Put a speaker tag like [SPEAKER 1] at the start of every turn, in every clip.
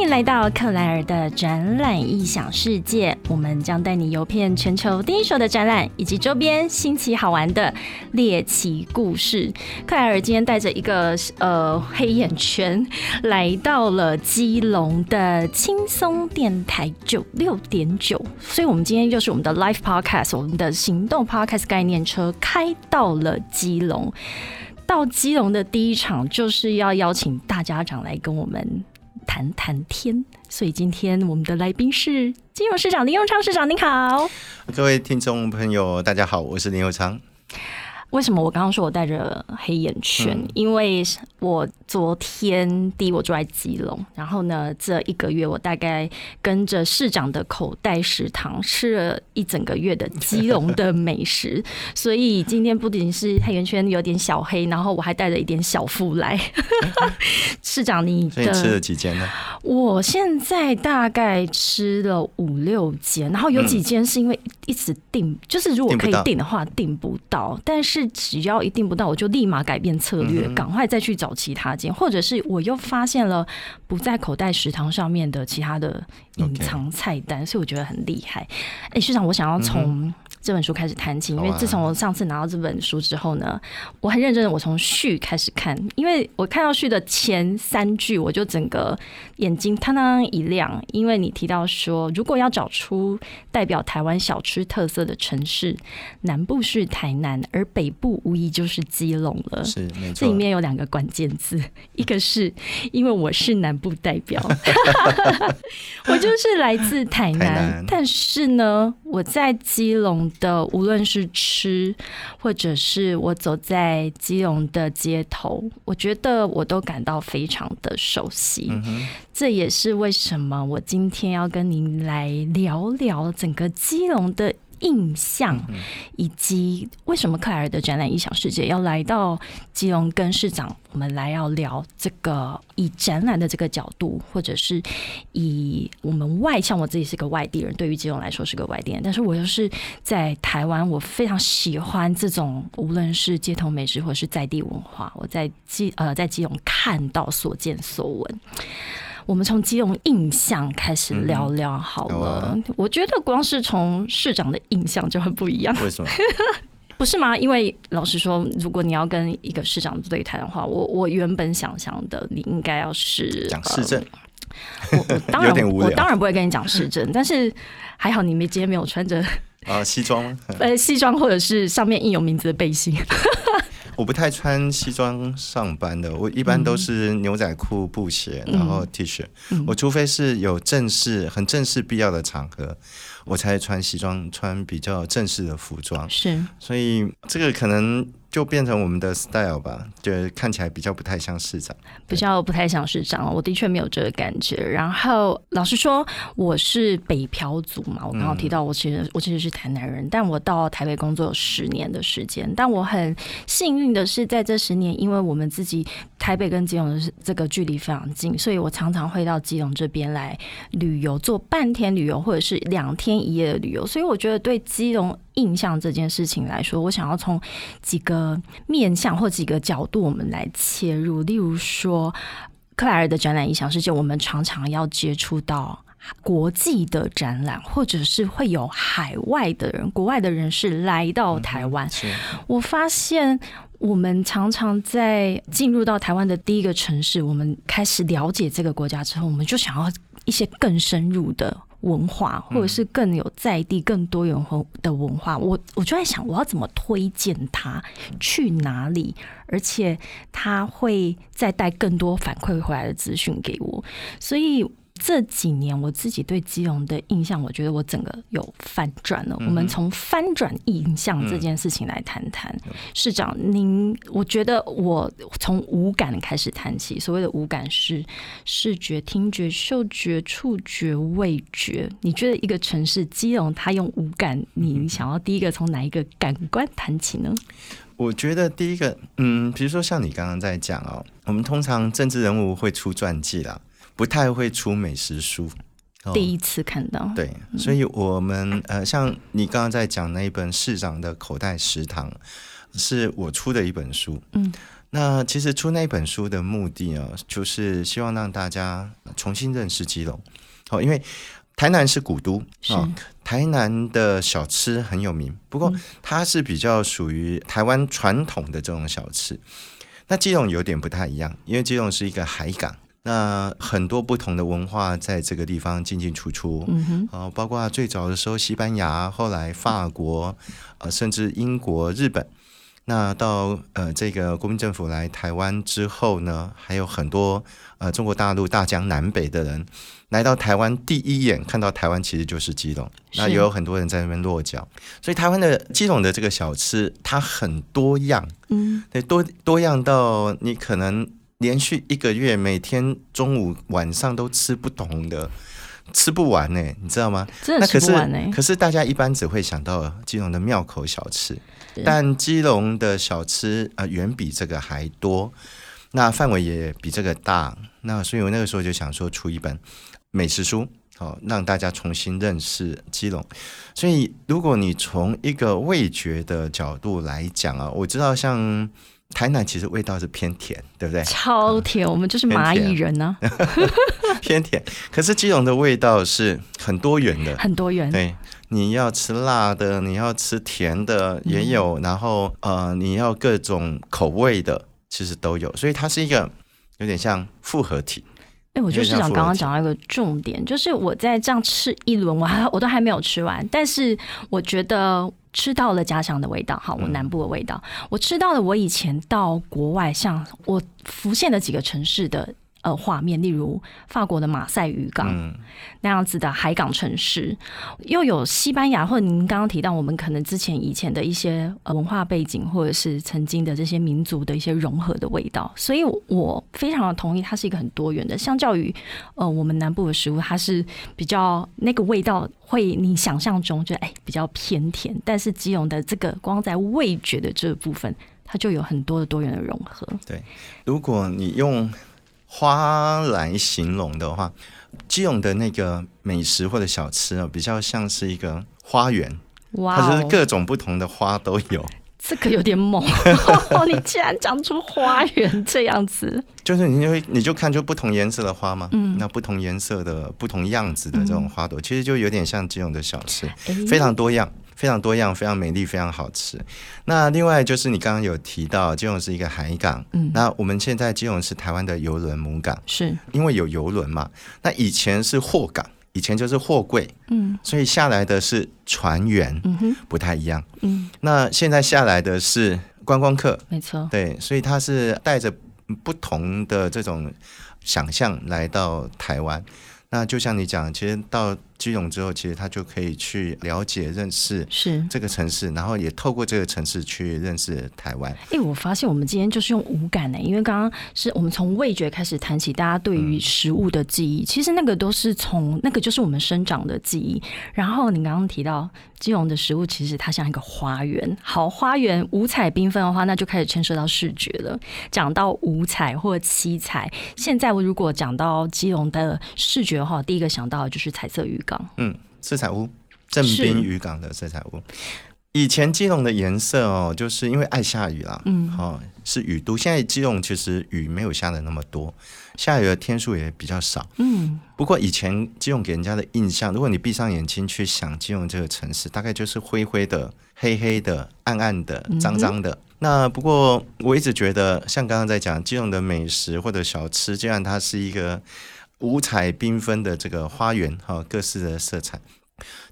[SPEAKER 1] 迎来到克莱尔的展览异想世界，我们将带你游遍全球第一手的展览以及周边新奇好玩的猎奇故事。克莱尔今天带着一个呃黑眼圈来到了基隆的轻松电台九六点九，所以我们今天又是我们的 Live Podcast，我们的行动 Podcast 概念车开到了基隆。到基隆的第一场就是要邀请大家长来跟我们谈谈天，所以今天我们的来宾是基隆市长林永昌市长，您好。
[SPEAKER 2] 各位听众朋友，大家好，我是林有昌。
[SPEAKER 1] 为什么我刚刚说我戴着黑眼圈？因为我昨天第一我住在基隆，然后呢，这一个月我大概跟着市长的口袋食堂吃了一整个月的基隆的美 食，所以今天不仅是黑眼圈有点小黑，然后我还带着一点小腹来。市长，你
[SPEAKER 2] 所以你吃了
[SPEAKER 1] 的
[SPEAKER 2] 几间呢？
[SPEAKER 1] 我现在大概吃了五六间，然后有几间是因为一直订，就是如果
[SPEAKER 2] 订不
[SPEAKER 1] 可以
[SPEAKER 2] 到
[SPEAKER 1] 订的话订不到，但是只要一订不到，我就立马改变策
[SPEAKER 2] 嗯
[SPEAKER 1] 略，赶、快再去找其他间，或者是我又发现了不在口袋食堂上面的其他的隐
[SPEAKER 2] OK 嗯
[SPEAKER 1] 藏菜单所以我觉得很厉害。哎、市长，我想要从这本书开始谈起，因为
[SPEAKER 2] 好啊
[SPEAKER 1] 自从我上次拿到这本书之后呢，我很认真的，我从序开始看，因为我看到序的前三句，我就整个眼睛当当一亮，因为你提到说，如果要找出代表台湾小吃特色的城市，南部是台南，而北部无疑就是基隆了。
[SPEAKER 2] 是没
[SPEAKER 1] 这
[SPEAKER 2] 错
[SPEAKER 1] 里。面有两个关键字，一个 是因为我是南部代表，我就是来自台南，
[SPEAKER 2] 台南
[SPEAKER 1] 但是呢，我在基隆的无论是吃，或者是我走在基隆的街头，我觉得我都感到非常的熟悉。
[SPEAKER 2] 嗯
[SPEAKER 1] 这也是为什么我今天要跟您来聊聊整个基隆的印象，嗯以及为什么克莱尔的展览《异想世界》要来到基隆跟市长，我们来要聊这个以展览的这个角度，或者是以我们外，像我自己是个外地人，对于基隆来说是个外地人，但是我又是在台湾，我非常喜欢这种无论是街头美食或是在地文化，我在基呃在基隆看到所见所闻。我们从基隆印象开始聊聊好
[SPEAKER 2] 好
[SPEAKER 1] 了，嗯
[SPEAKER 2] 啊
[SPEAKER 1] 我觉得光是从市长的印象就很不一样。
[SPEAKER 2] 为什么？
[SPEAKER 1] 不是吗？因为老实说，如果你要跟一个市长对谈的话，我我原本想象的你应该要是
[SPEAKER 2] 讲市 政，
[SPEAKER 1] 呃 我我当然
[SPEAKER 2] 有点无聊
[SPEAKER 1] 我当然不会跟你讲市政， 但是还好你们今天没有穿着
[SPEAKER 2] 啊，西装 吗？
[SPEAKER 1] 呃西装或者是上面印有名字的背心。
[SPEAKER 2] 我不太穿西装上班的，我一
[SPEAKER 1] 嗯
[SPEAKER 2] 般都是牛仔裤、布鞋，然后 T 恤。我除非是有正式、很正式必要的场合，我才穿西装，穿比较正式的服装。
[SPEAKER 1] 是
[SPEAKER 2] 所以这个可能就变成我们的 style 吧，就是看起来比较不太像市长。
[SPEAKER 1] 比较不太像市长哦，我的确没有这个感觉。然后老实说，我是北漂族嘛，我刚刚提到我其实、我其实是台南人，但我到台北工作有十年的时间，但我很幸运的是，在这十年，因为我们自己台北跟基隆的这个距离非常近，所以我常常会到基隆这边来旅游，做半天旅游或者是两天一夜的旅游。所以我觉得对基隆印象这件事情来说，我想要从几个面向或几个角度我们来切入，例如说克莱尔的展览影响世界，我们常常要接触到。国际的展览，或者是会有海外的人、国外的人士来到台湾，
[SPEAKER 2] 是
[SPEAKER 1] 我发现我们常常在进入到台湾的第一个城市，我们开始了解这个国家之后，我们就想要一些更深入的。文化，或者是更有在地、更多元化的文化，我我就在想，我要怎么推荐它去哪里，而且他会再带更多反馈回来的资讯给我，所以。这几年我自己对基隆的印象，我觉得我整个有翻转
[SPEAKER 2] 嗯
[SPEAKER 1] 了。我们从翻转印象这件事情来谈谈，
[SPEAKER 2] 嗯
[SPEAKER 1] 市长您，我觉得我从五感开始谈起。所谓的五感是视觉、听觉、嗅觉、触觉、味觉。你觉得一个城市基隆，它用五感，你想要第一个从哪一个感官谈起呢？
[SPEAKER 2] 我觉得第一个，嗯，比如说像你刚刚在讲哦，我们通常政治人物会出传记啦，不太会出美食书。哦
[SPEAKER 1] 第一次看到。
[SPEAKER 2] 对，所以我们呃，像你刚刚在讲那一本《市长的口袋食堂》，是我出的一本书。
[SPEAKER 1] 嗯，
[SPEAKER 2] 那其实出那本书的目的啊，就是希望让大家重新认识基隆。好、因为台南是古都
[SPEAKER 1] 是
[SPEAKER 2] 啊、台南的小吃很有名，不过
[SPEAKER 1] 嗯
[SPEAKER 2] 它是比较属于台湾传统的这种小吃。那基隆有点不太一样，因为基隆是一个海港，那很多不同的文化在这个地方进进出出。
[SPEAKER 1] 嗯哼，
[SPEAKER 2] 啊、包括最早的时候西班牙，后来法国，呃，甚至英国、日本。那到呃这个国民政府来台湾之后呢，还有很多呃中国大陆大江南北的人来到台湾，第一眼看到台湾其实就是基隆，那
[SPEAKER 1] 是
[SPEAKER 2] 也有很多人在那边落脚，所以台湾的基隆的这个小吃它很多样，
[SPEAKER 1] 嗯，
[SPEAKER 2] 对，多多样到你可能连续一个月，每天中午晚上都吃不同的，吃不完呢、欸你知道吗？
[SPEAKER 1] 真
[SPEAKER 2] 那
[SPEAKER 1] 的
[SPEAKER 2] 可
[SPEAKER 1] 吃
[SPEAKER 2] 是
[SPEAKER 1] 不完呢、欸
[SPEAKER 2] 可是大家一般只会想到基隆的庙口小吃
[SPEAKER 1] 是，
[SPEAKER 2] 但基隆的小吃啊、呃远比这个还多，那范围也比这个大。那所以我那个时候就想说出一本美食书，好、让大家重新认识基隆。所以如果你从一个味觉的角度来讲啊，我知道像台南其实味道是偏甜，对不对？
[SPEAKER 1] 超甜，我们就是
[SPEAKER 2] 很
[SPEAKER 1] 蚂
[SPEAKER 2] 甜
[SPEAKER 1] 蚁人啊 呢、
[SPEAKER 2] 偏甜。可是基隆的味道是很多元的，
[SPEAKER 1] 很多元。
[SPEAKER 2] 对，你要吃辣的，你要吃甜的
[SPEAKER 1] 嗯
[SPEAKER 2] 也有，然后呃，你要各种口味的，其实都有，所以它是一个有点像复合体。
[SPEAKER 1] 哎、我觉得市
[SPEAKER 2] 有点
[SPEAKER 1] 长
[SPEAKER 2] 像复合
[SPEAKER 1] 刚刚
[SPEAKER 2] 体
[SPEAKER 1] 讲到一个重点，就是我在这样吃一轮，我还我都还没有吃完，但是我觉得吃到了家乡的味道，好，
[SPEAKER 2] 嗯
[SPEAKER 1] 我南部的味道，我吃到了我以前到国外，像我浮现了几个城市的呃画面，例如法国的马赛渔港、
[SPEAKER 2] 嗯，
[SPEAKER 1] 那样子的海港城市，又有西班牙，或者您刚刚提到我们可能之前以前的一些呃文化背景，或者是曾经的这些民族的一些融合的味道，所以我非常的同意，它是一个很多元的。相较于呃我们南部的食物，它是比较那个味道会你想象中就哎、比较偏甜，但是基隆的这个光在味觉的这部分，它就有很多的多元的融合。
[SPEAKER 2] 如果你用花来形容的话，基隆的那个美食或者小吃啊，比较像是一个花园，
[SPEAKER 1] 哇、
[SPEAKER 2] 它就是
[SPEAKER 1] 哦，
[SPEAKER 2] 各种不同的花都有。
[SPEAKER 1] 这个有点猛，哦你竟然讲出花园这样子。
[SPEAKER 2] 就是你就会你就看就不同颜色的花嘛，嗯，那不同颜色的不同样子的这
[SPEAKER 1] 嗯
[SPEAKER 2] 种花朵，其实就有点像基隆的小吃，
[SPEAKER 1] 诶
[SPEAKER 2] 非常多样，非常多样，非常美丽，非常好吃。那另外就是你刚刚有提到，基隆是一个海港，
[SPEAKER 1] 嗯
[SPEAKER 2] 那我们现在基隆是台湾的游轮母港，
[SPEAKER 1] 是，
[SPEAKER 2] 因为有游轮嘛，那以前是货港，以前就是货柜，
[SPEAKER 1] 嗯
[SPEAKER 2] 所以下来的是船员，
[SPEAKER 1] 嗯哼，
[SPEAKER 2] 不太一样。
[SPEAKER 1] 嗯，
[SPEAKER 2] 那现在下来的是观光客，
[SPEAKER 1] 没错，
[SPEAKER 2] 对，所以他是带着不同的这种想象来到台湾。那就像你讲，其实到基隆之后，其实他就可以去了解、认识
[SPEAKER 1] 是。
[SPEAKER 2] 这个城市，然后也透过这个城市去认识台湾。
[SPEAKER 1] 哎、我发现我们今天就是用五感呢、欸因为刚刚是我们从味觉开始谈起，大家对
[SPEAKER 2] 嗯
[SPEAKER 1] 于食物的记忆，其实那个都是从那个就是我们生长的记忆。然后你刚刚提到基隆的食物，其实它像一个花园，好花园五彩缤纷的话，那就开始牵涉到视觉了。讲到五彩或七彩，现在我如果讲到基隆的视觉的话，第一个想到的就是彩色渔港，
[SPEAKER 2] 嗯，色彩屋，正
[SPEAKER 1] 是
[SPEAKER 2] 滨渔港的色彩屋。以前基隆的颜色哦，就是因为爱下雨啦，
[SPEAKER 1] 嗯
[SPEAKER 2] 哦，是雨都。现在基隆其实雨没有下的那么多，下雨的天数也比较少。
[SPEAKER 1] 嗯，
[SPEAKER 2] 不过以前基隆给人家的印象，如果你闭上眼睛去想基隆这个城市，大概就是灰灰的、黑黑的、暗暗的
[SPEAKER 1] 嗯哼、
[SPEAKER 2] 脏脏的。那不过我一直觉得，像刚刚在讲基隆的美食或者小吃，既然它是一个五彩缤纷的这个花园，哈、各式的色彩。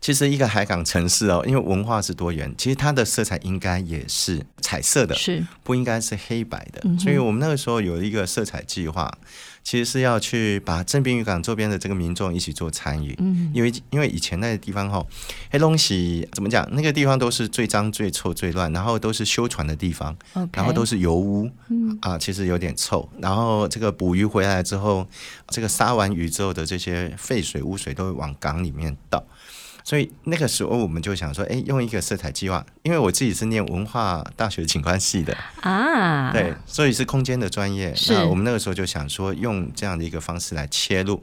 [SPEAKER 2] 其实一个海港城市哦，因为文化是多元，其实它的色彩应该也是彩色的，
[SPEAKER 1] 是
[SPEAKER 2] 不应该是黑白的，
[SPEAKER 1] 嗯哼
[SPEAKER 2] 所以我们那个时候有一个色彩计划，其实是要去把正滨渔港周边的这个民众一起做参与，
[SPEAKER 1] 嗯
[SPEAKER 2] 因为因为以前那个地方哈，黑龙喜怎么讲，那个地方都是最脏、最臭、最乱，然后都是修船的地方，
[SPEAKER 1] ，OK，
[SPEAKER 2] 然后都是油污，
[SPEAKER 1] 嗯
[SPEAKER 2] 啊，其实有点臭，然后这个捕鱼回来之后，这个杀完鱼之后的这些废水、污水都会往港里面倒。所以那个时候我们就想说，哎，用一个色彩计划，因为我自己是念文化大学景观系的，
[SPEAKER 1] 啊，
[SPEAKER 2] 对，所以是空间的专业。
[SPEAKER 1] 是
[SPEAKER 2] 那我们那个时候就想说，用这样的一个方式来切入。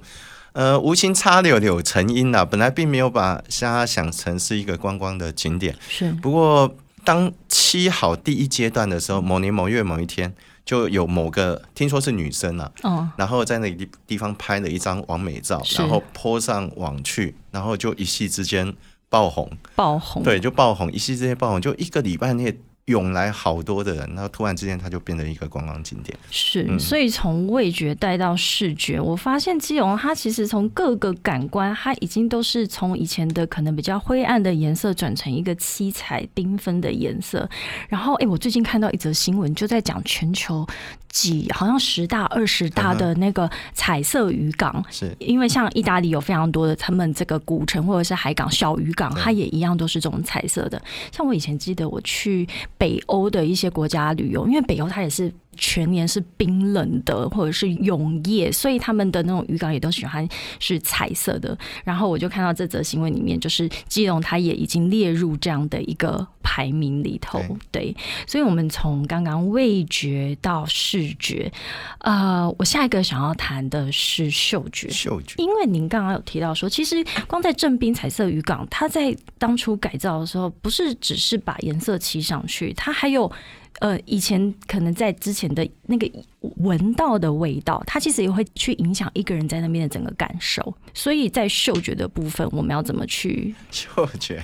[SPEAKER 2] 呃，无心插柳柳成荫啦、本来并没有把虾想成是一个观光的景点，
[SPEAKER 1] 是
[SPEAKER 2] 不过当漆好第一阶段的时候，某年某月某一天，就有某个听说是女生啊，
[SPEAKER 1] 哦，
[SPEAKER 2] 然后在那个地地方拍了一张完美照，
[SPEAKER 1] 是
[SPEAKER 2] 然后泼上网去，然后就一夕之间爆红，
[SPEAKER 1] 爆红，
[SPEAKER 2] 对，就爆红，一夕之间爆红，就一个礼拜内涌来好多的人，然后突然之间它就变成一个观光景点。
[SPEAKER 1] 是，
[SPEAKER 2] 嗯
[SPEAKER 1] 所以从味觉带到视觉，我发现基隆它其实从各个感官，它已经都是从以前的可能比较灰暗的颜色，转成一个七彩缤纷的颜色。然后，哎、我最近看到一则新闻，就在讲全球几好像十大、二十大的那个彩色渔港。
[SPEAKER 2] 是
[SPEAKER 1] 因为像意大利有非常多的他们这个古城或者是海港、小渔港，
[SPEAKER 2] 对
[SPEAKER 1] 它也一样都是这种彩色的。像我以前记得我去北欧的一些国家旅游，因为北欧它也是全年是冰冷的，或者是永夜，所以他们的那种渔港也都喜欢是彩色的。然后我就看到这则新闻里面，就是基隆它也已经列入这样的一个排名里头。对，所以我们从刚刚味觉到视觉，呃，我下一个想要谈的是嗅觉。
[SPEAKER 2] 嗅觉，
[SPEAKER 1] 因为您刚刚有提到说，其实光在正滨彩色渔港，它在当初改造的时候，不是只是把颜色漆上去，它还有呃以前可能在之前的那个闻到的味道，它其实也会去影响一个人在那边的整个感受。所以在嗅觉的部分，我们要怎么去？
[SPEAKER 2] 嗅觉，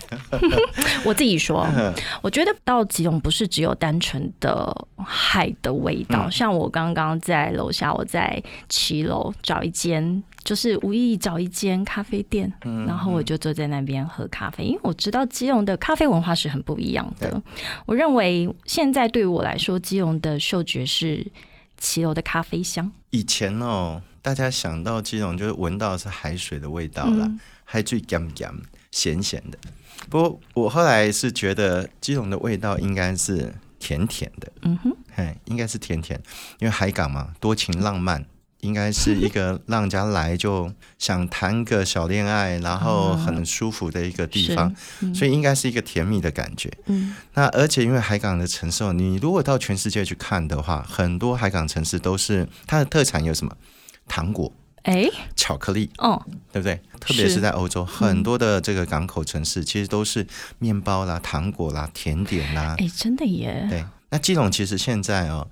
[SPEAKER 1] 我自己说，
[SPEAKER 2] 嗯
[SPEAKER 1] 我觉得到吉隆不是只有单纯的海的味道，
[SPEAKER 2] 嗯
[SPEAKER 1] 像我刚刚在楼下，我在七楼找一间，就是无意找一间咖啡店，
[SPEAKER 2] 嗯
[SPEAKER 1] 然后我就坐在那边喝咖啡，因为我知道基隆的咖啡文化是很不一样的
[SPEAKER 2] 对。
[SPEAKER 1] 我认为现在对于我来说，基隆的嗅觉是七楼的咖啡香，
[SPEAKER 2] 以前哦，大家想到基隆就是闻到的是海水的味道啦，还最咸咸咸咸的。不过我后来是觉得基隆的味道应该是甜甜的，
[SPEAKER 1] 嗯哼，
[SPEAKER 2] 嘿，应该是甜甜，因为海港嘛，多情浪漫，应该是一个让人家来就想谈个小恋爱，然后
[SPEAKER 1] 啊
[SPEAKER 2] 很舒服的一个地方，所以应该是一个甜蜜的感觉。
[SPEAKER 1] 嗯，
[SPEAKER 2] 那而且因为海港的城市，哦，你如果到全世界去看的话，很多海港城市都是它的特产有什么？糖果、
[SPEAKER 1] 哎，
[SPEAKER 2] 巧克力，
[SPEAKER 1] 哦，
[SPEAKER 2] 对不对？特别
[SPEAKER 1] 是嗯
[SPEAKER 2] 是在欧洲，很多的这个港口城市其实都是面包啦、糖果啦、甜点啦，
[SPEAKER 1] 哎，真的耶，
[SPEAKER 2] 对，那基隆其实现在哦，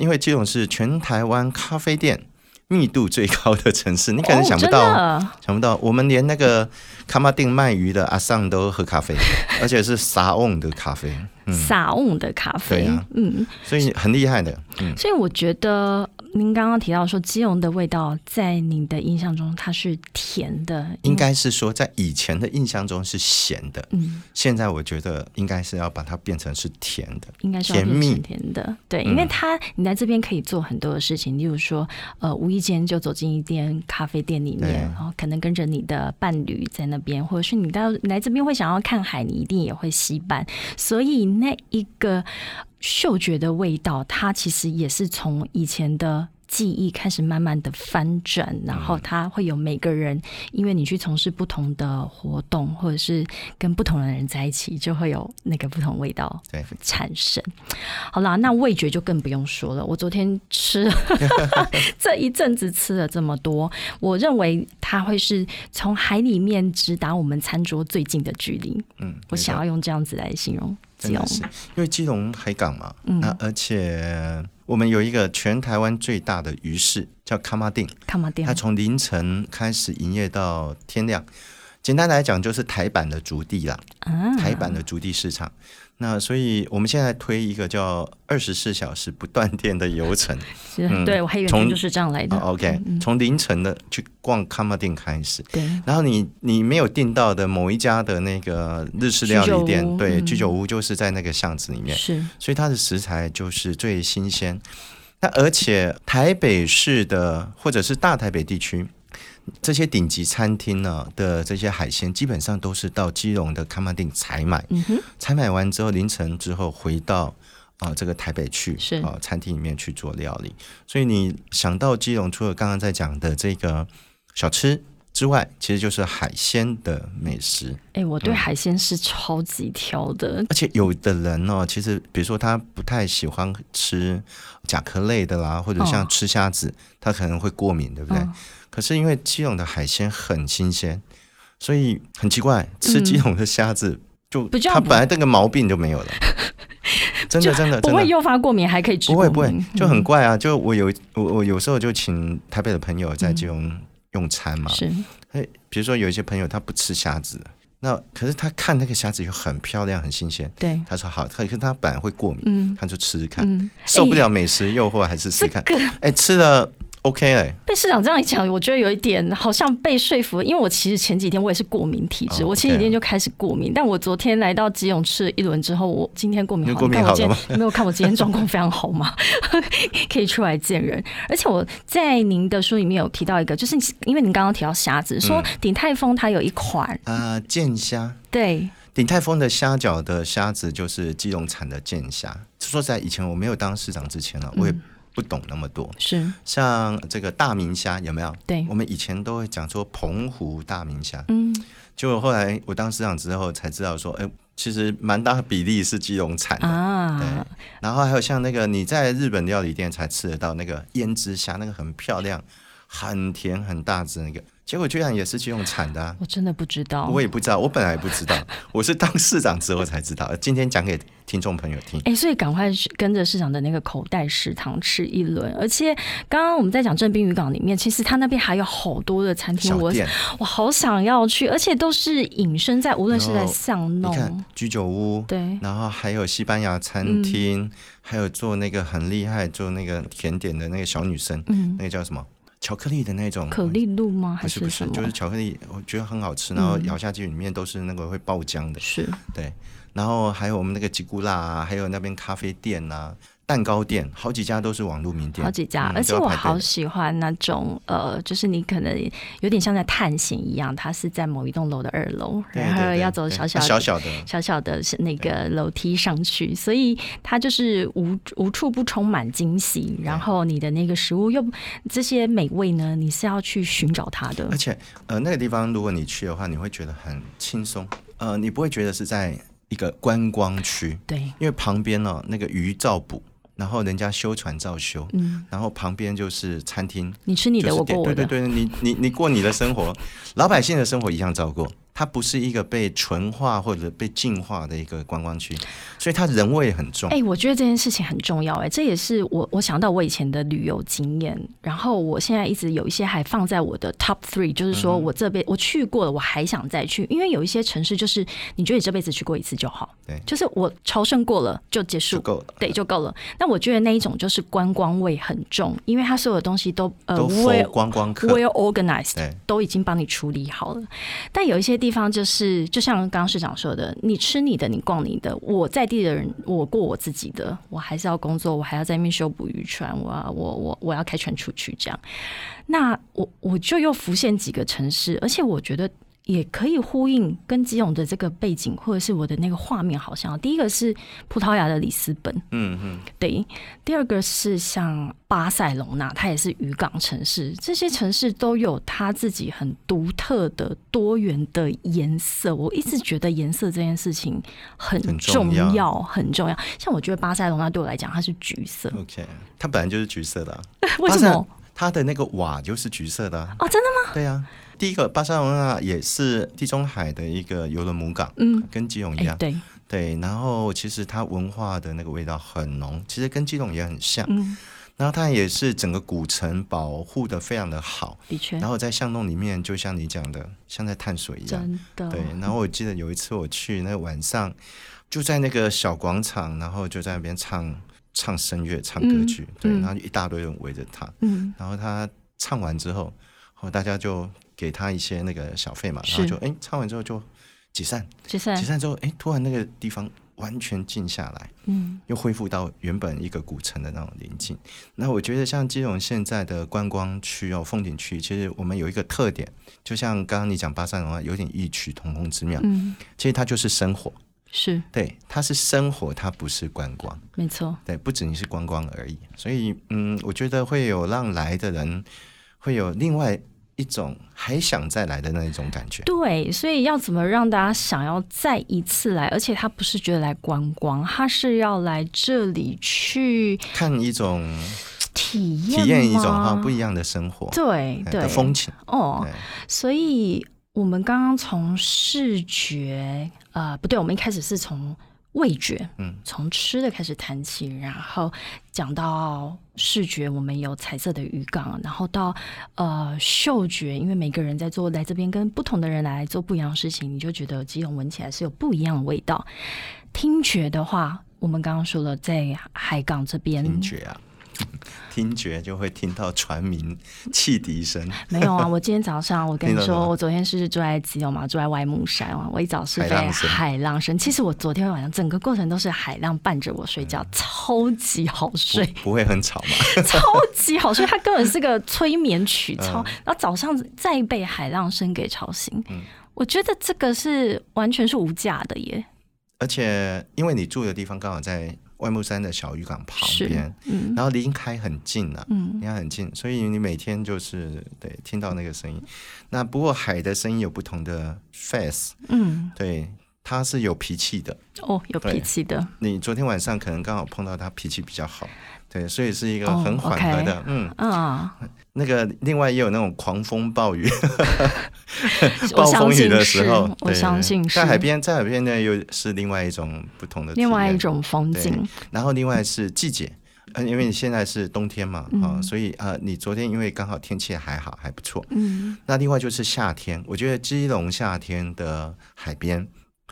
[SPEAKER 2] 因为基隆是全台湾咖啡店密度最高的城市，你可能想不到
[SPEAKER 1] 哦真
[SPEAKER 2] 哦，
[SPEAKER 1] 的
[SPEAKER 2] 想不到，我们连那个卡马丁卖鱼的阿尚都喝咖啡，而且是沙翁的咖啡，
[SPEAKER 1] 撒翁的咖啡，
[SPEAKER 2] 嗯对啊
[SPEAKER 1] 嗯。
[SPEAKER 2] 所以很厉害的。
[SPEAKER 1] 所以我觉得您刚刚提到说基隆的味道，在你的印象中它是甜的，
[SPEAKER 2] 应该是说，在以前的印象中是咸的，
[SPEAKER 1] 嗯，
[SPEAKER 2] 现在我觉得应该是要把它变成是甜的。
[SPEAKER 1] 应该是要
[SPEAKER 2] 甜
[SPEAKER 1] 变
[SPEAKER 2] 蜜嗯
[SPEAKER 1] 成甜的，对，因为它你在这边可以做很多的事情，例如说，呃，无意间就走进一间咖啡店里面，
[SPEAKER 2] 对
[SPEAKER 1] 然后可能跟着你的伴侣在那边，或者是你到你来这边会想要看海，你一定也会吸伴，所以那一个嗅觉的味道，它其实也是从以前的。记忆开始慢慢的翻转，然后它会有每个人，因为你去从事不同的活动，或者是跟不同的人在一起，就会有那个不同味道
[SPEAKER 2] 对
[SPEAKER 1] 产生。好啦，那味觉就更不用说了。我昨天吃了这一阵子吃了这么多，我认为它会是从海里面直达我们餐桌最近的距离。
[SPEAKER 2] 嗯，
[SPEAKER 1] 我想要用这样子来形容基
[SPEAKER 2] 真
[SPEAKER 1] 隆
[SPEAKER 2] 的。是，因为基隆海港嘛，
[SPEAKER 1] 嗯
[SPEAKER 2] 那而且我们有一个全台湾最大的鱼市叫卡马丁，
[SPEAKER 1] 看嘛店
[SPEAKER 2] 它，从凌晨开始营业到天亮。简单来讲，就是台版的竹地啦，
[SPEAKER 1] 啊
[SPEAKER 2] 台版的竹地市场。那所以我们现在推一个叫二十四小时不断电的游程。
[SPEAKER 1] 是
[SPEAKER 2] 嗯
[SPEAKER 1] 对我还以为
[SPEAKER 2] 从
[SPEAKER 1] 就是这样来的。嗯
[SPEAKER 2] 哦 OK，从凌晨的去逛卡马丁开始，
[SPEAKER 1] 对，
[SPEAKER 2] 然后你你没有订到的某一家的那个日式料理
[SPEAKER 1] 居酒
[SPEAKER 2] 店，
[SPEAKER 1] 屋
[SPEAKER 2] 对，
[SPEAKER 1] 嗯
[SPEAKER 2] 居酒屋就是在那个巷子里面。
[SPEAKER 1] 是
[SPEAKER 2] 所以它的食材就是最新鲜。那而且台北市的或者是大台北地区这些顶级餐厅呢的这些海鲜，基本上都是到基隆的康曼定采买，
[SPEAKER 1] 嗯哼，
[SPEAKER 2] 采买完之后凌晨之后回到。啊、这个台北去
[SPEAKER 1] 是
[SPEAKER 2] 啊、餐厅里面去做料理，所以你想到基隆，除了刚刚在讲的这个小吃、之外，其实就是海鲜的美食。
[SPEAKER 1] 哎、我
[SPEAKER 2] 嗯
[SPEAKER 1] 对海鲜是超级挑的，
[SPEAKER 2] 而且有的人哦，其实比如说他不太喜欢吃甲壳类的啦，或者像
[SPEAKER 1] 哦
[SPEAKER 2] 吃虾子，他可能会过敏，对不对？
[SPEAKER 1] 嗯
[SPEAKER 2] 可是因为基隆的海鲜很新鲜，所以很奇怪，吃基隆的虾子、就
[SPEAKER 1] 嗯比较
[SPEAKER 2] 他
[SPEAKER 1] 不
[SPEAKER 2] 本来那个毛病就没 有了，真的真的
[SPEAKER 1] 不
[SPEAKER 2] 真
[SPEAKER 1] 会
[SPEAKER 2] 的。
[SPEAKER 1] 诱发过敏，还嗯可以吃
[SPEAKER 2] 不会不会，就很
[SPEAKER 1] 贵、
[SPEAKER 2] 怪啊！就我有我我有时候就请台北的朋友在基隆用餐嘛，
[SPEAKER 1] 嗯是
[SPEAKER 2] 哎，比如说有一些朋友他不吃虾子，那可是他看那个虾子又很漂亮、很新鲜，
[SPEAKER 1] 对，
[SPEAKER 2] 他说好，可是他本来会过敏，
[SPEAKER 1] 嗯
[SPEAKER 2] 他就吃吃看，
[SPEAKER 1] 嗯，
[SPEAKER 2] 受不了美食诱惑还是
[SPEAKER 1] 这
[SPEAKER 2] 试试看。
[SPEAKER 1] 个
[SPEAKER 2] 哎，吃了 OK 哎，
[SPEAKER 1] 被市长这样一讲，我觉得有一点好像被说服，因为我其实前几天我也是过敏体质，
[SPEAKER 2] 哦
[SPEAKER 1] 我前几
[SPEAKER 2] OK
[SPEAKER 1] 天就开始过敏，但我昨天来到基隆吃了一轮之后，我今天过敏
[SPEAKER 2] 你
[SPEAKER 1] 好
[SPEAKER 2] 过敏
[SPEAKER 1] 但我
[SPEAKER 2] 好了
[SPEAKER 1] 今
[SPEAKER 2] 吗
[SPEAKER 1] 天没有看我今天状况非常好吗？ 可以出来见人，而且我在您的书里面有提到一个，就是因为您刚刚提到虾子，
[SPEAKER 2] 嗯
[SPEAKER 1] 说鼎泰丰它有一款，
[SPEAKER 2] 啊，剑虾，
[SPEAKER 1] 对，
[SPEAKER 2] 鼎泰丰的虾饺的虾子就是基隆产的剑虾。说实在，以前我没有当市长之前呢，
[SPEAKER 1] 嗯
[SPEAKER 2] 我也不懂那么多。
[SPEAKER 1] 是
[SPEAKER 2] 像这个大明虾有没有？
[SPEAKER 1] 对
[SPEAKER 2] 我，们以前都会讲说澎湖大明虾，
[SPEAKER 1] 哎嗯，
[SPEAKER 2] 结果后来我当市长之后才知道说，哎，其实蛮大比例是基隆产的。
[SPEAKER 1] 啊，
[SPEAKER 2] 对，然后还有像那个你在日本料理店才吃得到那个胭脂虾，那个很漂亮、很甜、很大只那个，结果居然也是基隆产的、啊。
[SPEAKER 1] 我真的不知道，
[SPEAKER 2] 我也不知道，我本来也不知道，我是当市长之后才知道。今天讲给听众朋友听，
[SPEAKER 1] 哎、所以赶快去跟着市长的那个口袋食堂吃一轮。而且刚刚我们在讲正滨渔港里面，其实它那边还有好多的餐厅，
[SPEAKER 2] 小
[SPEAKER 1] 我
[SPEAKER 2] 店，
[SPEAKER 1] 我好想要去，而且都是隐身在，无论是在巷
[SPEAKER 2] 你
[SPEAKER 1] 弄
[SPEAKER 2] 看，嗯居酒屋，
[SPEAKER 1] 对，嗯
[SPEAKER 2] 然后还有西班牙餐厅，还有做那个很厉害做那个甜点的那个小女生，
[SPEAKER 1] 嗯，
[SPEAKER 2] 那个叫什么？巧克力的那种
[SPEAKER 1] 可丽露吗？还
[SPEAKER 2] 不是不
[SPEAKER 1] 什
[SPEAKER 2] 是，
[SPEAKER 1] 么？嗯
[SPEAKER 2] 就是巧克力，我觉得很好吃，然后咬下去里面都是那个会爆浆的。
[SPEAKER 1] 是
[SPEAKER 2] 然后还有我们那个吉古拉啊，还有那边咖啡店啊、蛋糕店，好几家都是网络名店，
[SPEAKER 1] 好几家，
[SPEAKER 2] 嗯
[SPEAKER 1] 而且我好
[SPEAKER 2] 都要排队
[SPEAKER 1] 喜欢那种呃，就是你可能有点像在探险一样，它是在某一栋楼的二楼，
[SPEAKER 2] 对
[SPEAKER 1] 然
[SPEAKER 2] 对
[SPEAKER 1] 后
[SPEAKER 2] 对
[SPEAKER 1] 要走
[SPEAKER 2] 对
[SPEAKER 1] 小
[SPEAKER 2] 啊
[SPEAKER 1] 小的嗯
[SPEAKER 2] 小小的，
[SPEAKER 1] 小小的是那个楼梯上去，所以它就是无无处不充满惊喜。然后你的那个食物又这些美味呢，你是要去寻找它的
[SPEAKER 2] 而。且呃那个地方如果你去的话，你会觉得很轻松，呃，你不会觉得是在一个观光区，
[SPEAKER 1] 对，
[SPEAKER 2] 因为旁边哦那个鱼照捕，然后人家修船照修，
[SPEAKER 1] 嗯，
[SPEAKER 2] 然后旁边就是餐厅，
[SPEAKER 1] 你吃你的，
[SPEAKER 2] 就是
[SPEAKER 1] 我
[SPEAKER 2] 点
[SPEAKER 1] 过我
[SPEAKER 2] 对
[SPEAKER 1] 的，
[SPEAKER 2] 对对，你你你过你的生活，老百姓的生活一样照过。它不是一个被纯化或者被净化的一个观光区，所以它人味很重。
[SPEAKER 1] 哎、我觉得这件事情很重要、哎，这也是我我想到我以前的旅游经验，然后我现在一直有一些还放在我的 top three，就是
[SPEAKER 2] 嗯
[SPEAKER 1] 说我这辈我去过了，我还想再去，因为有一些城市就是你觉得你这辈子去过一次就好，
[SPEAKER 2] 对
[SPEAKER 1] 就是我朝圣过了就结束
[SPEAKER 2] 就，够了，
[SPEAKER 1] 对就够了。那我觉得那一种就是观光味很重，因为它所有东西都呃
[SPEAKER 2] 都
[SPEAKER 1] well
[SPEAKER 2] 佛观光客。
[SPEAKER 1] well organized，
[SPEAKER 2] 对，
[SPEAKER 1] 都已经帮你处理好了。但有一些地方就是，就像刚刚市长说的，你吃你的，你逛你的，我在地的人，我过我自己的，我还是要工作，我还要在那边修补渔船，我要我我我要开船出去这样。那我我就又浮现几个城市，而且我觉得。也可以呼应跟基隆的这个背景，或者是我的那个画面，好像哦第一个是葡萄牙的里斯本，
[SPEAKER 2] 嗯嗯，
[SPEAKER 1] 对，第二个是像巴塞隆纳，它也是渔港城市，这些城市都有它自己很独特的多元的颜色。我一直觉得颜色这件事情很
[SPEAKER 2] 很重
[SPEAKER 1] 重
[SPEAKER 2] 要
[SPEAKER 1] 要，很重要。像我觉得巴塞隆纳对我来讲，它是橘 色，
[SPEAKER 2] OK，它本来就是橘色的啊、
[SPEAKER 1] 为什
[SPEAKER 2] 塞
[SPEAKER 1] 么？
[SPEAKER 2] 它的那个瓦就是橘色的、啊。
[SPEAKER 1] 哦，真的吗？
[SPEAKER 2] 对啊，第一个巴塞罗那也是地中海的一个游轮母港，
[SPEAKER 1] 嗯，
[SPEAKER 2] 跟基隆一
[SPEAKER 1] 哎、
[SPEAKER 2] 样。
[SPEAKER 1] 对，
[SPEAKER 2] 对，然后其实它文化的那个味道很浓，其实跟基隆也很像。
[SPEAKER 1] 嗯，
[SPEAKER 2] 然后它也是整个古城保护的非常的好，
[SPEAKER 1] 的确
[SPEAKER 2] 然，后在巷弄里面，就像你讲的，像在探索一样。
[SPEAKER 1] 真的，
[SPEAKER 2] 对，然后我记得有一次我去那个晚上，就在那个小广场，然后就在那边唱唱声乐、唱歌
[SPEAKER 1] 嗯
[SPEAKER 2] 曲，对，
[SPEAKER 1] 嗯
[SPEAKER 2] 然后就一大堆人围着他，
[SPEAKER 1] 嗯，
[SPEAKER 2] 然后他唱完之后，后大家就给他一些那个小费嘛，然后
[SPEAKER 1] 是
[SPEAKER 2] 就哎唱完之后就解散，
[SPEAKER 1] 就是，
[SPEAKER 2] 解散之后哎突然那个地方完全静下来，
[SPEAKER 1] 嗯，
[SPEAKER 2] 又恢复到原本一个古城的那种宁静。那我觉得像基隆现在的观光区哦，风景区，其实我们有一个特点，就像刚刚你讲巴塞罗那有点异曲同工之妙，
[SPEAKER 1] 嗯，
[SPEAKER 2] 其实它就是生活，
[SPEAKER 1] 是
[SPEAKER 2] 对，它是生活，它不是观光。
[SPEAKER 1] 没错，
[SPEAKER 2] 对，不仅是观光而已。所以，嗯，我觉得会有让来的人会有另外一种还想再来的那一种感觉。
[SPEAKER 1] 对，所以要怎么让大家想要再一次来？而且他不是觉得来观光，他是要来这里去
[SPEAKER 2] 看一种
[SPEAKER 1] 体验
[SPEAKER 2] 体验一种哈
[SPEAKER 1] 吗
[SPEAKER 2] 不一样的生活
[SPEAKER 1] 对
[SPEAKER 2] 哎
[SPEAKER 1] 对
[SPEAKER 2] 的风情，
[SPEAKER 1] 哦
[SPEAKER 2] 对，
[SPEAKER 1] 所以我们刚刚从视觉，呃，不对，我们一开始是从味觉，
[SPEAKER 2] 嗯，
[SPEAKER 1] 从吃的开始谈起，然后讲到视觉，我们有彩色的渔港，然后到呃嗅觉，因为每个人在做来这边跟不同的人来做不一样的事情，你就觉得基隆闻起来是有不一样的味道。听觉的话，我们刚刚说了，在海港这边，
[SPEAKER 2] 听觉啊， 听觉就会听到船鸣、汽 笛声、
[SPEAKER 1] 没有 啊，我今天早上我跟你
[SPEAKER 2] 听到了
[SPEAKER 1] 说，
[SPEAKER 2] 吗
[SPEAKER 1] 我昨天是住在基隆嘛，住在外木山嘛，我一早是被
[SPEAKER 2] 海浪声
[SPEAKER 1] 海浪声。其实我昨天晚上整个过程都是海浪伴着我睡觉，
[SPEAKER 2] 嗯
[SPEAKER 1] 超级好
[SPEAKER 2] 不
[SPEAKER 1] 睡，
[SPEAKER 2] 不会很吵嘛？
[SPEAKER 1] 超级好睡。它根本是个催眠曲，
[SPEAKER 2] 嗯
[SPEAKER 1] 超。然后早上再被海浪声给吵醒，
[SPEAKER 2] 嗯
[SPEAKER 1] 我觉得这个是完全是无价的耶。
[SPEAKER 2] 而且因为你住的地方刚好在外木山的小渔港旁
[SPEAKER 1] 是
[SPEAKER 2] 边，，
[SPEAKER 1] 嗯
[SPEAKER 2] 然后离开很近了、啊，
[SPEAKER 1] 嗯，
[SPEAKER 2] 离开很近，所以你每天就是对听到那个声音。那不过海的声音有不同的 face，
[SPEAKER 1] 嗯，
[SPEAKER 2] 对，它是有脾气的。
[SPEAKER 1] 哦，有
[SPEAKER 2] 对
[SPEAKER 1] 脾气的，
[SPEAKER 2] 你昨天晚上可能刚好碰到他脾气比较好，对，所以是一个
[SPEAKER 1] 哦
[SPEAKER 2] 很缓和的，嗯，
[SPEAKER 1] 嗯，
[SPEAKER 2] 那个另外也有那种狂风暴雨，
[SPEAKER 1] 我
[SPEAKER 2] 暴
[SPEAKER 1] 相
[SPEAKER 2] 风雨
[SPEAKER 1] 信
[SPEAKER 2] 的
[SPEAKER 1] 是
[SPEAKER 2] 时候，，
[SPEAKER 1] 我相信
[SPEAKER 2] 对
[SPEAKER 1] 是
[SPEAKER 2] 在海边，在海边呢又是另外一种不同的体验
[SPEAKER 1] 另外一，种风景。
[SPEAKER 2] 然后另外是季节，呃，因为你现在是冬天嘛，啊、
[SPEAKER 1] 嗯
[SPEAKER 2] 所以啊、呃你昨天因为刚好天气还好，还不错。
[SPEAKER 1] 嗯
[SPEAKER 2] 那另外就是夏天，我觉得基隆夏天的海边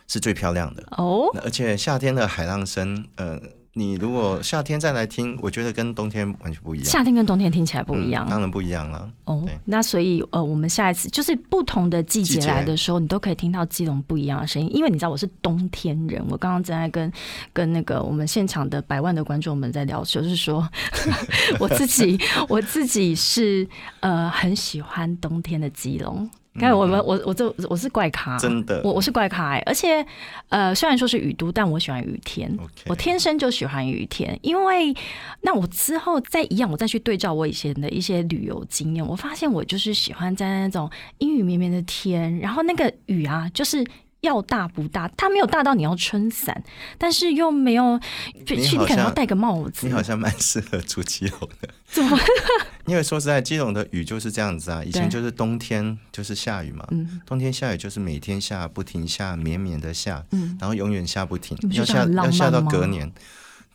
[SPEAKER 2] 是最漂亮的，
[SPEAKER 1] 哦，
[SPEAKER 2] 那而且夏天的海浪声，呃，你如果夏天再来听，我觉得跟冬天完全不一样，
[SPEAKER 1] 夏天跟冬天听起来不一样、
[SPEAKER 2] 嗯当然不一样了。
[SPEAKER 1] 哦
[SPEAKER 2] 对。
[SPEAKER 1] 那所以呃，我们下一次就是不同的季节
[SPEAKER 2] 季节
[SPEAKER 1] 来的时候，你都可以听到基隆不一样的声音。因为你知道我是冬天人，我刚刚正在跟跟那个我们现场的百万的观众们在聊，就是说 我自己我自己是呃很喜欢冬天的基隆。看我们我我这我是怪咖，
[SPEAKER 2] 嗯真的
[SPEAKER 1] 啊我我是怪咖、欸，而且呃虽然说是雨都，但我喜欢雨天。
[SPEAKER 2] OK，
[SPEAKER 1] 我天生就喜欢雨天，因为那我之后再一样，我再去对照我以前的一些旅游经验，我发现我就是喜欢在那种阴雨绵绵的天，然后那个雨啊，就是。要大不大，它没有大到你要撑伞，但是又没有去，
[SPEAKER 2] 你
[SPEAKER 1] 去你
[SPEAKER 2] 好
[SPEAKER 1] 可能要
[SPEAKER 2] 像
[SPEAKER 1] 戴个帽子
[SPEAKER 2] 你，好像蛮适合住基隆的，
[SPEAKER 1] 怎么？
[SPEAKER 2] 因为说实在，基隆的雨就是这样子啊，以前
[SPEAKER 1] 对
[SPEAKER 2] 就是冬天就是下雨嘛，
[SPEAKER 1] 嗯，
[SPEAKER 2] 冬天下雨就是每天下不停下，绵绵的下，
[SPEAKER 1] 嗯
[SPEAKER 2] 然后永远下不停
[SPEAKER 1] 你，不觉
[SPEAKER 2] 要
[SPEAKER 1] 得
[SPEAKER 2] 下
[SPEAKER 1] 很浪
[SPEAKER 2] 要下到
[SPEAKER 1] 漫吗
[SPEAKER 2] 隔年。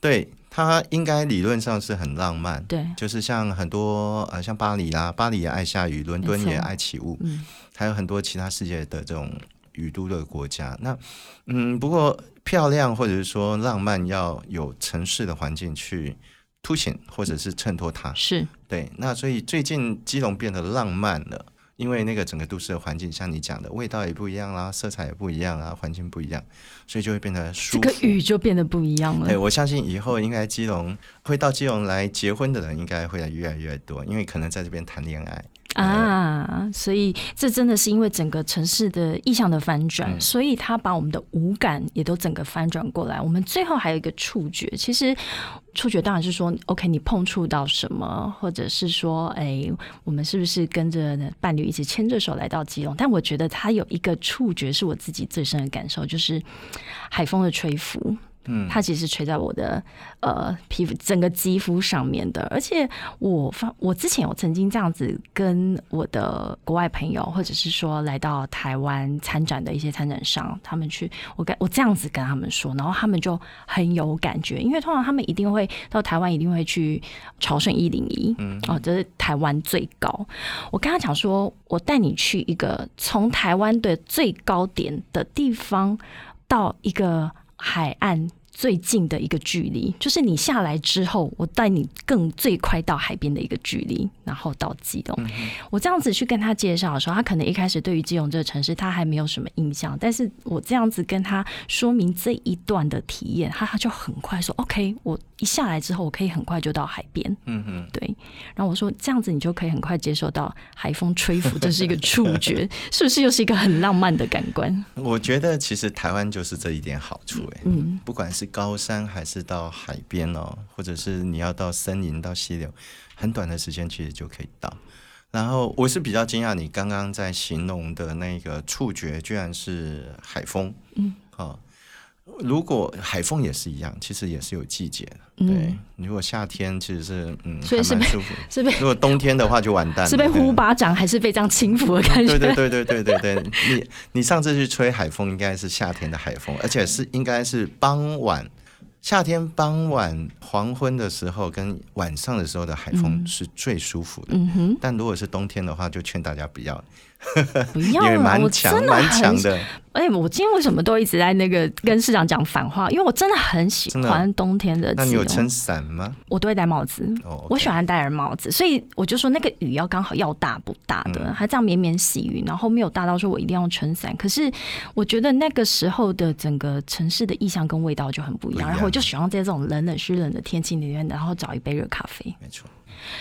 [SPEAKER 2] 对，它应该理论上是很浪漫，
[SPEAKER 1] 对，
[SPEAKER 2] 就是像很多呃，像巴黎啦，巴黎也爱下雨，伦敦
[SPEAKER 1] 没
[SPEAKER 2] 也
[SPEAKER 1] 错
[SPEAKER 2] 爱起雾，
[SPEAKER 1] 嗯
[SPEAKER 2] 还有很多其他世界的这种雨都的国家。那嗯，不过漂亮或者是说浪漫，要有城市的环境去凸显或者是衬托它。
[SPEAKER 1] 是
[SPEAKER 2] 对，那所以最近基隆变得浪漫了。因为那个整个都市的环境，像你讲的，味道也不一样啦，色彩也不一样啦，环境不一样，所以就会变得舒
[SPEAKER 1] 这
[SPEAKER 2] 服。
[SPEAKER 1] 个雨就变得不一样
[SPEAKER 2] 对，
[SPEAKER 1] 了。
[SPEAKER 2] 我相信以后应该基隆会到基隆来结婚的人应该会越来越多，因为可能在这边谈恋爱。
[SPEAKER 1] 啊，所以这真的是因为整个城市的意向的翻转，
[SPEAKER 2] 嗯
[SPEAKER 1] 所以它把我们的五感也都整个翻转过来。我们最后还有一个触觉，其实触觉当然是说，OK，你碰触到什么，或者是说，哎，我们是不是跟着伴侣一起牵着手来到基隆？但我觉得它有一个触觉是我自己最深的感受，就是海风的吹拂。
[SPEAKER 2] 嗯
[SPEAKER 1] 它其实吹在我的呃皮肤整个肌肤上面的，而且我发我之前有曾经这样子跟我的国外朋友，或者是说来到台湾参展的一些参展商，他们去我跟我这样子跟他们说，然后他们就很有感觉，因为通常他们一定会到台湾，一定会去朝圣一零一，哦，这、是台湾最高。我跟他讲说，我带你去一个从台湾的最高点的地方到一个海岸。最近的一个距离，就是你下来之后，我带你更最快到海边的一个距离，然后到基隆。
[SPEAKER 2] 嗯
[SPEAKER 1] 我这样子去跟他介绍的时候，他可能一开始对于基隆这个城市他还没有什么印象，但是我这样子跟他说明这一段的体验，他他就很快说 OK，我一下来之后，我可以很快就到海边。
[SPEAKER 2] 嗯哼，
[SPEAKER 1] 对，然后我说这样子你就可以很快接受到海风吹拂，这是一个触觉， 是不是又是一个很浪漫的感官？
[SPEAKER 2] 我觉得其实台湾就是这一点好处哎、
[SPEAKER 1] 嗯，
[SPEAKER 2] 不管是高山还是到海边哦，或者是你要到森林、到溪流，很短的时间其实就可以到。然后我是比较惊讶，你刚刚在形容的那个触觉居然是海风，
[SPEAKER 1] 嗯，
[SPEAKER 2] 哦，如果海风也是一样，其实也是有季节的，
[SPEAKER 1] 嗯
[SPEAKER 2] 对。如果夏天其实是嗯，
[SPEAKER 1] 所以是
[SPEAKER 2] 还
[SPEAKER 1] 被
[SPEAKER 2] 蛮舒服的；
[SPEAKER 1] 是被
[SPEAKER 2] 如果冬天的话就完蛋了，
[SPEAKER 1] 是被
[SPEAKER 2] 对
[SPEAKER 1] 呼巴掌还是被这样轻抚的感觉？
[SPEAKER 2] 对对对对对对对，你你上次去吹海风，应该是夏天的海风，而且是应该是傍晚，夏天傍晚黄昏的时候跟晚上的时候的海风是最舒服的。
[SPEAKER 1] 嗯哼，
[SPEAKER 2] 但如果是冬天的话，就劝大家不要，
[SPEAKER 1] 不
[SPEAKER 2] 因
[SPEAKER 1] 要
[SPEAKER 2] 为
[SPEAKER 1] 了，我
[SPEAKER 2] 蛮强
[SPEAKER 1] 真的
[SPEAKER 2] 蛮
[SPEAKER 1] 很
[SPEAKER 2] 强的。
[SPEAKER 1] 哎、我今天为什么都一直在那个跟市长讲反话？因为我真的很喜
[SPEAKER 2] 真的
[SPEAKER 1] 欢冬天的
[SPEAKER 2] 那你
[SPEAKER 1] 气
[SPEAKER 2] 有
[SPEAKER 1] 温
[SPEAKER 2] 撑伞吗？
[SPEAKER 1] 我都会戴帽子。
[SPEAKER 2] 哦，
[SPEAKER 1] 我喜欢戴耳帽子，所以我就说那个雨要刚好要大不大的，
[SPEAKER 2] 嗯
[SPEAKER 1] 还这样绵绵细雨，然后没有大到说我一定要撑伞。可是我觉得那个时候的整个城市的意象跟味道就很不一
[SPEAKER 2] 不一
[SPEAKER 1] 样，
[SPEAKER 2] 样
[SPEAKER 1] 然后我就喜欢在这种冷冷湿冷的天气里面，然后找一杯热咖啡。
[SPEAKER 2] 没错，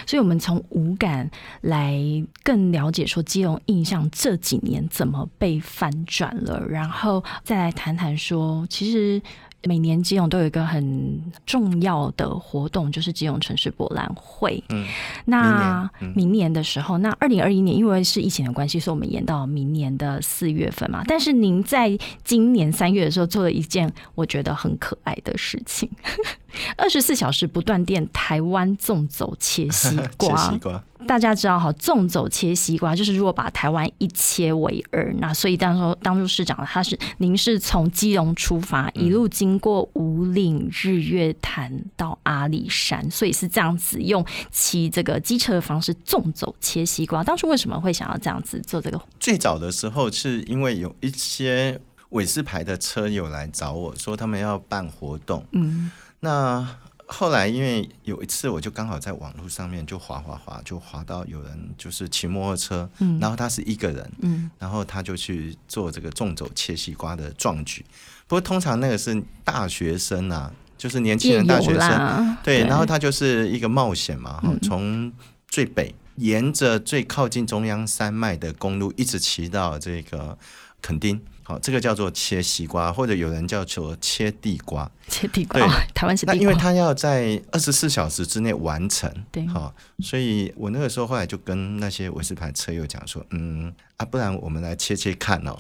[SPEAKER 1] 所以我们从五感来更了解说基隆印象这几年怎么被翻转了，然后再来谈谈说，其实每年基隆都有一个很重要的活动，就是基隆城市博览会。
[SPEAKER 2] 嗯，
[SPEAKER 1] 那
[SPEAKER 2] 明年嗯
[SPEAKER 1] 明年的时候，那二零二一年因为是疫情的关系，所以我们延到明年的四月份嘛。但是您在今年三月的时候做了一件我觉得很可爱的事情， 二十四小时不断电，台湾纵走切西
[SPEAKER 2] 切
[SPEAKER 1] 瓜
[SPEAKER 2] 西。瓜，
[SPEAKER 1] 大家知道哈，纵走切西瓜就是如果把台湾一切为二，那所以当时候当初市长他是您是从基隆出发，一
[SPEAKER 2] 嗯
[SPEAKER 1] 路经过五岭、日月潭到阿里山，所以是这样子用骑这个机车的方式纵走切西瓜。当初为什么会想要这样子做这个？
[SPEAKER 2] 最早的时候是因为有一些韦斯牌的车友来找我说他们要办活动，
[SPEAKER 1] 嗯
[SPEAKER 2] 那后来因为有一次，我就刚好在网络上面就滑滑滑，就滑到有人就是骑摩托车，
[SPEAKER 1] 嗯
[SPEAKER 2] 然后他是一个人，
[SPEAKER 1] 嗯
[SPEAKER 2] 然后他就去做这个纵走切西瓜的壮举。不过通常那个是大学生啊，就是年轻
[SPEAKER 1] 也
[SPEAKER 2] 人大学
[SPEAKER 1] 有
[SPEAKER 2] 生，
[SPEAKER 1] 啦，
[SPEAKER 2] 对，然后它就是一个冒险嘛，哈、从最北沿着最靠近中央山脉的公路一直骑到这个垦丁，好、这个叫做切西瓜，或者有人叫做切地瓜。
[SPEAKER 1] 切地瓜，
[SPEAKER 2] 对
[SPEAKER 1] 哦 台湾是
[SPEAKER 2] 那
[SPEAKER 1] 地
[SPEAKER 2] 因为
[SPEAKER 1] 瓜，
[SPEAKER 2] 它要在二十四小时之内完成，
[SPEAKER 1] 对
[SPEAKER 2] 好、所以我那个时候后来就跟那些维斯牌车友讲说，嗯啊，不然我们来切切看 哦。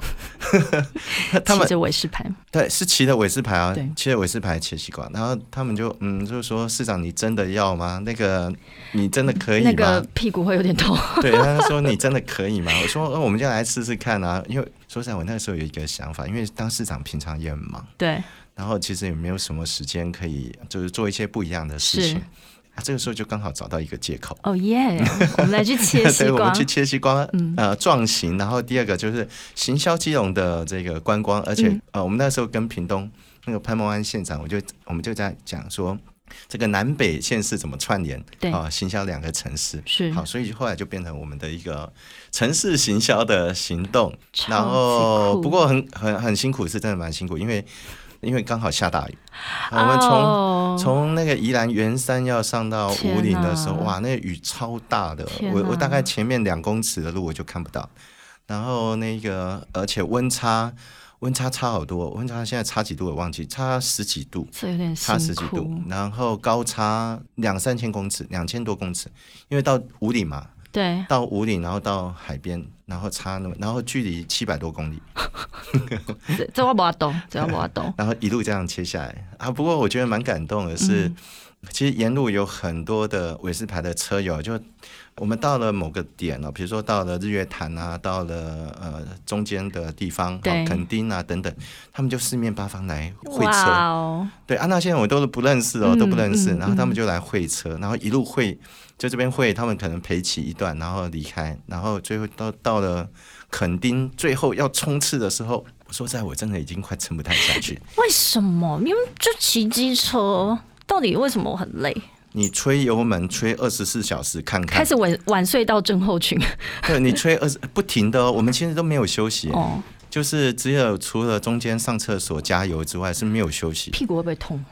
[SPEAKER 2] 他
[SPEAKER 1] 骑
[SPEAKER 2] 们
[SPEAKER 1] 着韦氏牌，
[SPEAKER 2] 对，是骑的韦斯牌啊
[SPEAKER 1] 对，
[SPEAKER 2] 骑的韦斯牌切西瓜，然后他们就嗯，就是说市长你真的要吗？那个你真的可以吗？
[SPEAKER 1] 那个屁股会有点痛。
[SPEAKER 2] 对，他就说你真的可以吗？我说、呃我们就来试试看啊，因为说实在，我那个时候有一个想法，因为当市长平常也很忙，
[SPEAKER 1] 对，
[SPEAKER 2] 然后其实也没有什么时间可以就是做一些不一样的事
[SPEAKER 1] 是
[SPEAKER 2] 情，啊，这个时候就刚好找到一个借口。
[SPEAKER 1] 哦耶，我们来去切西
[SPEAKER 2] 对，我
[SPEAKER 1] 瓜
[SPEAKER 2] 们。去切西瓜，呃，壮行。然后第二个就是行销基隆的这个观光，而
[SPEAKER 1] 嗯
[SPEAKER 2] 且、呃，我们那时候跟屏东那个潘孟安县长，我就我们就在讲说这个南北县市怎么串联，
[SPEAKER 1] 对
[SPEAKER 2] 啊、行销两个城市。
[SPEAKER 1] 是
[SPEAKER 2] 好，所以后来就变成我们的一个城市行销的行动。
[SPEAKER 1] 超
[SPEAKER 2] 然后
[SPEAKER 1] 级酷
[SPEAKER 2] 不过很很很辛苦，是真的蛮辛苦，因为因为刚好下大雨，啊我们从、
[SPEAKER 1] 哦
[SPEAKER 2] 从那个宜兰圆山要上到五岭的时候，
[SPEAKER 1] 天哪
[SPEAKER 2] 哇，那个雨超大的，
[SPEAKER 1] 天哪
[SPEAKER 2] 我我大概前面两公尺的路我就看不到，然后那个而且温差温差差好多，温差现在差几度我忘记，差十几度。
[SPEAKER 1] 这有点辛
[SPEAKER 2] 差
[SPEAKER 1] 苦，
[SPEAKER 2] 十几度，然后高差两三千公尺，两千多公尺，因为到五岭嘛，
[SPEAKER 1] 对，
[SPEAKER 2] 到五岭，然后到海边，然后差那么，然后距离七百多公里，
[SPEAKER 1] 这这我不要
[SPEAKER 2] ，
[SPEAKER 1] 懂，这我不要懂
[SPEAKER 2] 然后一路这样切下来啊。不过我觉得蛮感动的是，
[SPEAKER 1] 嗯
[SPEAKER 2] 其实沿路有很多的韦斯牌的车友，就我们到了某个点哦，比如说到了日月潭啊，到了呃中间的地方，哦
[SPEAKER 1] 对
[SPEAKER 2] 垦丁啊等等，他们就四面八方来会车。
[SPEAKER 1] 哇哦，
[SPEAKER 2] 对啊，那些人我都是不认识哦，
[SPEAKER 1] 嗯
[SPEAKER 2] 都不认识，
[SPEAKER 1] 嗯
[SPEAKER 2] 然后他们就来会车，然后一路会，就这边会，他们可能陪骑一段，然后离开，然后最后到到了垦丁，最后要冲刺的时候，我说实在我真的已经快撑不太下去，
[SPEAKER 1] 为什么你们就骑机车？到底为什么我很累？
[SPEAKER 2] 你吹油门吹二十四小时看
[SPEAKER 1] 开
[SPEAKER 2] 看，
[SPEAKER 1] 始晚晚睡到症候群
[SPEAKER 2] 对，你吹二十不停的哦，我们其实都没有休息，
[SPEAKER 1] 哦，
[SPEAKER 2] 就是只有除了中间上厕所加油之外是没有休息，
[SPEAKER 1] 屁股会不会痛？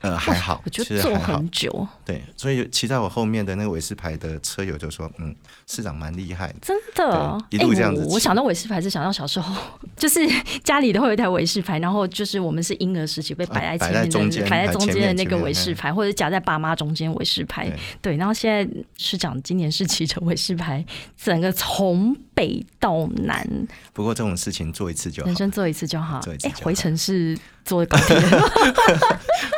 [SPEAKER 2] 呃，还好，
[SPEAKER 1] 我就
[SPEAKER 2] 其实
[SPEAKER 1] 坐
[SPEAKER 2] 还好
[SPEAKER 1] 很。久，
[SPEAKER 2] 对，所以骑在我后面的那个韦斯牌的车友就说：“嗯，市长蛮厉害的。
[SPEAKER 1] 真的。
[SPEAKER 2] 对啊一路
[SPEAKER 1] 哎
[SPEAKER 2] 这样子
[SPEAKER 1] 我
[SPEAKER 2] 骑
[SPEAKER 1] 我想到韦氏牌是想到小时候， 就是家里都会有一台韦氏牌，然后就是我们是婴儿时期被摆
[SPEAKER 2] 啊
[SPEAKER 1] 在
[SPEAKER 2] 摆在
[SPEAKER 1] 前面的、
[SPEAKER 2] 中间
[SPEAKER 1] 摆
[SPEAKER 2] 摆
[SPEAKER 1] 在中
[SPEAKER 2] 前
[SPEAKER 1] 间的
[SPEAKER 2] 面
[SPEAKER 1] 那
[SPEAKER 2] 前
[SPEAKER 1] 个
[SPEAKER 2] 面
[SPEAKER 1] 韦
[SPEAKER 2] 嗯
[SPEAKER 1] 氏牌，或者夹在爸妈中间韦氏牌。
[SPEAKER 2] 对
[SPEAKER 1] 对，然后现在市长今年是骑着韦氏牌，整个从北到南，
[SPEAKER 2] 不过这种事情做一次就好
[SPEAKER 1] 人。生做一次就好
[SPEAKER 2] 啊做一。次
[SPEAKER 1] 哎
[SPEAKER 2] 就，好
[SPEAKER 1] 回程是坐高铁，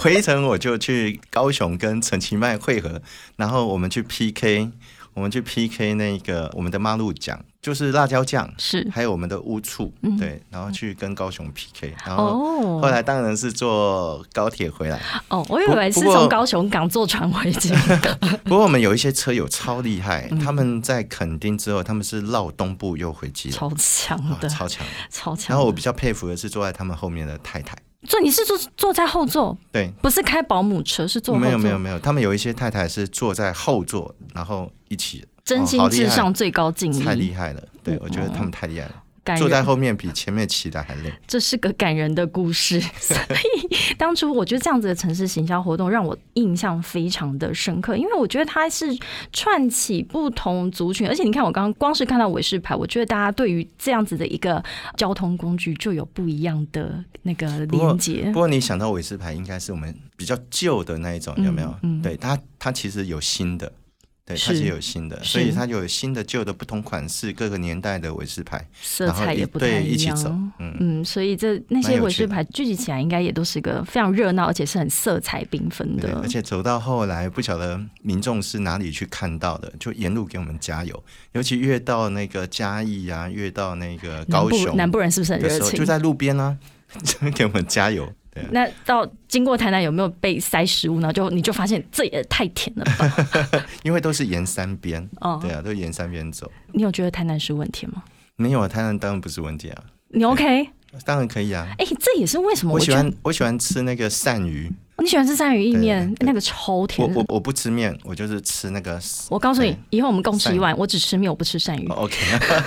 [SPEAKER 2] 回程我就去高雄跟陈其迈会合，然后我们去 PK，我们去 PK 那个我们的马路酱，就是辣椒酱，
[SPEAKER 1] 是
[SPEAKER 2] 还有我们的乌醋，对，然后去跟高雄 PK，然后后
[SPEAKER 1] 哦
[SPEAKER 2] 来当然是坐高铁回来。
[SPEAKER 1] 哦，我以
[SPEAKER 2] 不
[SPEAKER 1] 为是
[SPEAKER 2] 不过
[SPEAKER 1] 从高雄港坐船回家。
[SPEAKER 2] 不过我们有一些车友超厉害，他们在垦丁之后，他们是绕东部又回基隆，
[SPEAKER 1] 超强
[SPEAKER 2] 啊
[SPEAKER 1] 的，
[SPEAKER 2] 超强。
[SPEAKER 1] 超强的。
[SPEAKER 2] 然后我比较佩服的是坐在他们后面的太太，
[SPEAKER 1] 坐你是坐坐在后座，
[SPEAKER 2] 对，
[SPEAKER 1] 不是开保姆车，是坐后座。
[SPEAKER 2] 没有没有哦没有，他们有一些太太是坐在后座，然后一起，
[SPEAKER 1] 真
[SPEAKER 2] 哦
[SPEAKER 1] 心
[SPEAKER 2] 好厉
[SPEAKER 1] 至
[SPEAKER 2] 害
[SPEAKER 1] 上最高敬
[SPEAKER 2] 太
[SPEAKER 1] 意，
[SPEAKER 2] 厉害了，对我觉得他们太厉害了，
[SPEAKER 1] 感
[SPEAKER 2] 坐在
[SPEAKER 1] 人。
[SPEAKER 2] 后面比前面骑的还累。
[SPEAKER 1] 这是个感人的故 事，所以当初我觉得这样子的城市行销活动让我印象非常的深刻，因为我觉得它是串起不同族群，而且你看我刚刚光是看到韦氏牌，我觉得大家对于这样子的一个交通工具就有不一样的那个
[SPEAKER 2] 不过
[SPEAKER 1] 连接
[SPEAKER 2] 不。过你想到韦斯牌，应该是我们比较旧的那一种，
[SPEAKER 1] 嗯
[SPEAKER 2] 有没有？
[SPEAKER 1] 嗯
[SPEAKER 2] 对它，它其实有新的，对，它
[SPEAKER 1] 是
[SPEAKER 2] 是有新的，
[SPEAKER 1] 是
[SPEAKER 2] 所以它有新的、旧的不同款式、各个年代的韦斯牌，
[SPEAKER 1] 色
[SPEAKER 2] 然后
[SPEAKER 1] 彩
[SPEAKER 2] 一
[SPEAKER 1] 也不太
[SPEAKER 2] 对一
[SPEAKER 1] 一
[SPEAKER 2] 起
[SPEAKER 1] 样。
[SPEAKER 2] 走，嗯。
[SPEAKER 1] 嗯，所以这那
[SPEAKER 2] 蛮
[SPEAKER 1] 些
[SPEAKER 2] 有
[SPEAKER 1] 鬼
[SPEAKER 2] 趣
[SPEAKER 1] 市
[SPEAKER 2] 的
[SPEAKER 1] 牌聚集起来，应该也都是个非常热闹，而且是很色彩缤纷
[SPEAKER 2] 对，
[SPEAKER 1] 的。
[SPEAKER 2] 而且走到后来，不晓得民众是哪里去看到的，就沿路给我们加油。尤其越到那个嘉义啊，越到那个
[SPEAKER 1] 南
[SPEAKER 2] 高
[SPEAKER 1] 部
[SPEAKER 2] 雄啊
[SPEAKER 1] 南部人是不是很
[SPEAKER 2] 的
[SPEAKER 1] 热
[SPEAKER 2] 时候，就
[SPEAKER 1] 情？
[SPEAKER 2] 在路边啊，给我们加油。对，啊
[SPEAKER 1] 那到经过台南有没有被塞食物呢？就你就发现这也太甜 了吧？
[SPEAKER 2] 因为都是沿山边，
[SPEAKER 1] 哦
[SPEAKER 2] 对，啊，都沿山边走。
[SPEAKER 1] 你有觉得台南食物很甜吗？
[SPEAKER 2] 没有啊，台南当然不是问题啊，
[SPEAKER 1] 你 OK？哎、
[SPEAKER 2] 当然可以啊。
[SPEAKER 1] 这也是为什么
[SPEAKER 2] 我
[SPEAKER 1] 觉
[SPEAKER 2] 喜
[SPEAKER 1] 得
[SPEAKER 2] 欢我喜欢吃那个鳝鱼，
[SPEAKER 1] 你喜欢吃鳝鱼意
[SPEAKER 2] 对
[SPEAKER 1] 面，
[SPEAKER 2] 对
[SPEAKER 1] 那个超
[SPEAKER 2] 我
[SPEAKER 1] 甜的。
[SPEAKER 2] 我我不吃面，我就是吃那个。
[SPEAKER 1] 我告诉你
[SPEAKER 2] 对，
[SPEAKER 1] 以后我们共
[SPEAKER 2] 鳝
[SPEAKER 1] 吃
[SPEAKER 2] 鱼
[SPEAKER 1] 一碗，我只吃面，我不吃鳝鱼，
[SPEAKER 2] 哦 OK，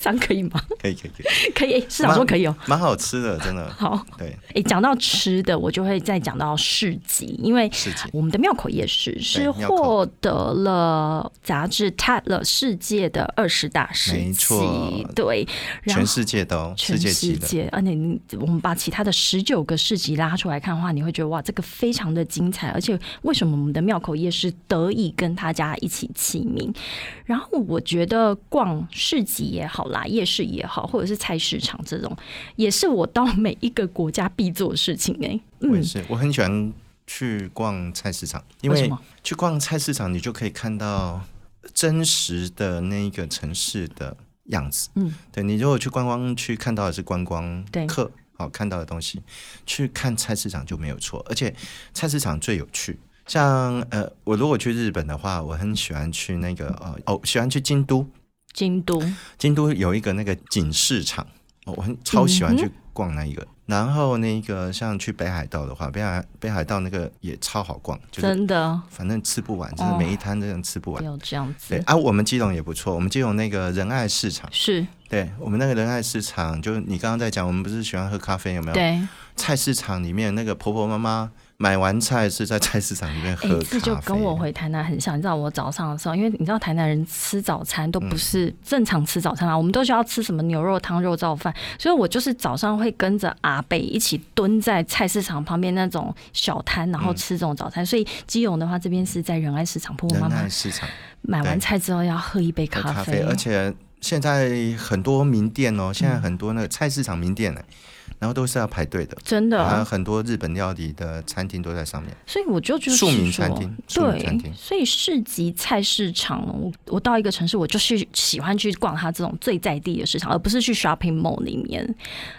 [SPEAKER 1] 这样可以吗？
[SPEAKER 2] 可以可以可以，
[SPEAKER 1] 可以，哎市长说可以哦。
[SPEAKER 2] 蛮好吃的，真的。
[SPEAKER 1] 好，
[SPEAKER 2] 对，
[SPEAKER 1] 哎，讲到吃的，我就会再讲到市集，因为
[SPEAKER 2] 事情
[SPEAKER 1] 我们的庙口夜市是
[SPEAKER 2] 庙口
[SPEAKER 1] 获得了杂志 Tatler 世界的二十大市
[SPEAKER 2] 没错
[SPEAKER 1] 集，对，然
[SPEAKER 2] 全
[SPEAKER 1] 后。
[SPEAKER 2] 世界都世
[SPEAKER 1] 全
[SPEAKER 2] 界级
[SPEAKER 1] 世
[SPEAKER 2] 的。
[SPEAKER 1] 界，而且你我们把其他的十九个市集拉出来看的话，你会觉得哇，这个非常的精彩。而且为什么我们的庙口夜市得以跟他家一起齐名？然后我觉得逛市集也好啦，夜市也好，或者是菜市场这种，也是我到每一个国家必做的事情哎、
[SPEAKER 2] 我
[SPEAKER 1] 嗯
[SPEAKER 2] 也，是，我很喜欢去逛菜市场，因
[SPEAKER 1] 为什
[SPEAKER 2] 为
[SPEAKER 1] 么
[SPEAKER 2] 去逛菜市场，你就可以看到真实的那一个城市的样子。
[SPEAKER 1] 嗯，
[SPEAKER 2] 对你如果去观光区看到的是观光
[SPEAKER 1] 对
[SPEAKER 2] 客好看到的东西，去看菜市场就没有错，而且菜市场最有趣。像呃，我如果去日本的话，我很喜欢去那个呃，哦，喜欢去京都。
[SPEAKER 1] 京 都
[SPEAKER 2] 京都有一个那个锦市场，哦，我很超喜
[SPEAKER 1] 嗯
[SPEAKER 2] 欢去逛那一个。然后那个像去北海道的话，北海北海道那个也超好逛，就是
[SPEAKER 1] 真的
[SPEAKER 2] 反正吃不完，真的
[SPEAKER 1] 哦
[SPEAKER 2] 每一摊真的吃不完。
[SPEAKER 1] 没有这样
[SPEAKER 2] 对
[SPEAKER 1] 子，
[SPEAKER 2] 啊，我们基隆也不错，我们基隆那个仁爱市场，
[SPEAKER 1] 是
[SPEAKER 2] 对我们那个仁爱市场，就是你刚刚在讲，我们不是喜欢喝咖啡有没有？
[SPEAKER 1] 对，
[SPEAKER 2] 菜市场里面那个婆婆妈妈买完菜是在菜市场里面
[SPEAKER 1] 哎、
[SPEAKER 2] 喝
[SPEAKER 1] 这就
[SPEAKER 2] 咖啡
[SPEAKER 1] 跟，我回台南很像。你知道我早上的时候，因为你知道台南人吃早餐都
[SPEAKER 2] 嗯
[SPEAKER 1] 不是正常吃早餐啊，我们都需要吃什么牛肉汤、肉燥饭，所以我就是早上会跟着阿贝一起蹲在菜市场旁边那种小摊，然
[SPEAKER 2] 嗯
[SPEAKER 1] 后吃这种早餐。所以基隆的话，这边是在仁爱市场，婆婆
[SPEAKER 2] 仁
[SPEAKER 1] 妈妈
[SPEAKER 2] 爱市场。
[SPEAKER 1] 买完
[SPEAKER 2] 对
[SPEAKER 1] 菜之后要喝一杯
[SPEAKER 2] 喝
[SPEAKER 1] 咖啡，嗯
[SPEAKER 2] 而且现在很多名店哦，现在很多那个菜市场名店呢、然后都是要排队的，
[SPEAKER 1] 真的、
[SPEAKER 2] 还有很多日本料理的餐厅都在上面。
[SPEAKER 1] 所以我就就是
[SPEAKER 2] 庶民
[SPEAKER 1] 说
[SPEAKER 2] 餐厅庶民餐
[SPEAKER 1] 对
[SPEAKER 2] 厅，
[SPEAKER 1] 所以市集菜市场，我我到一个城市，我就是喜欢去逛它这种最在地的市场，而不是去 shopping mall 里面。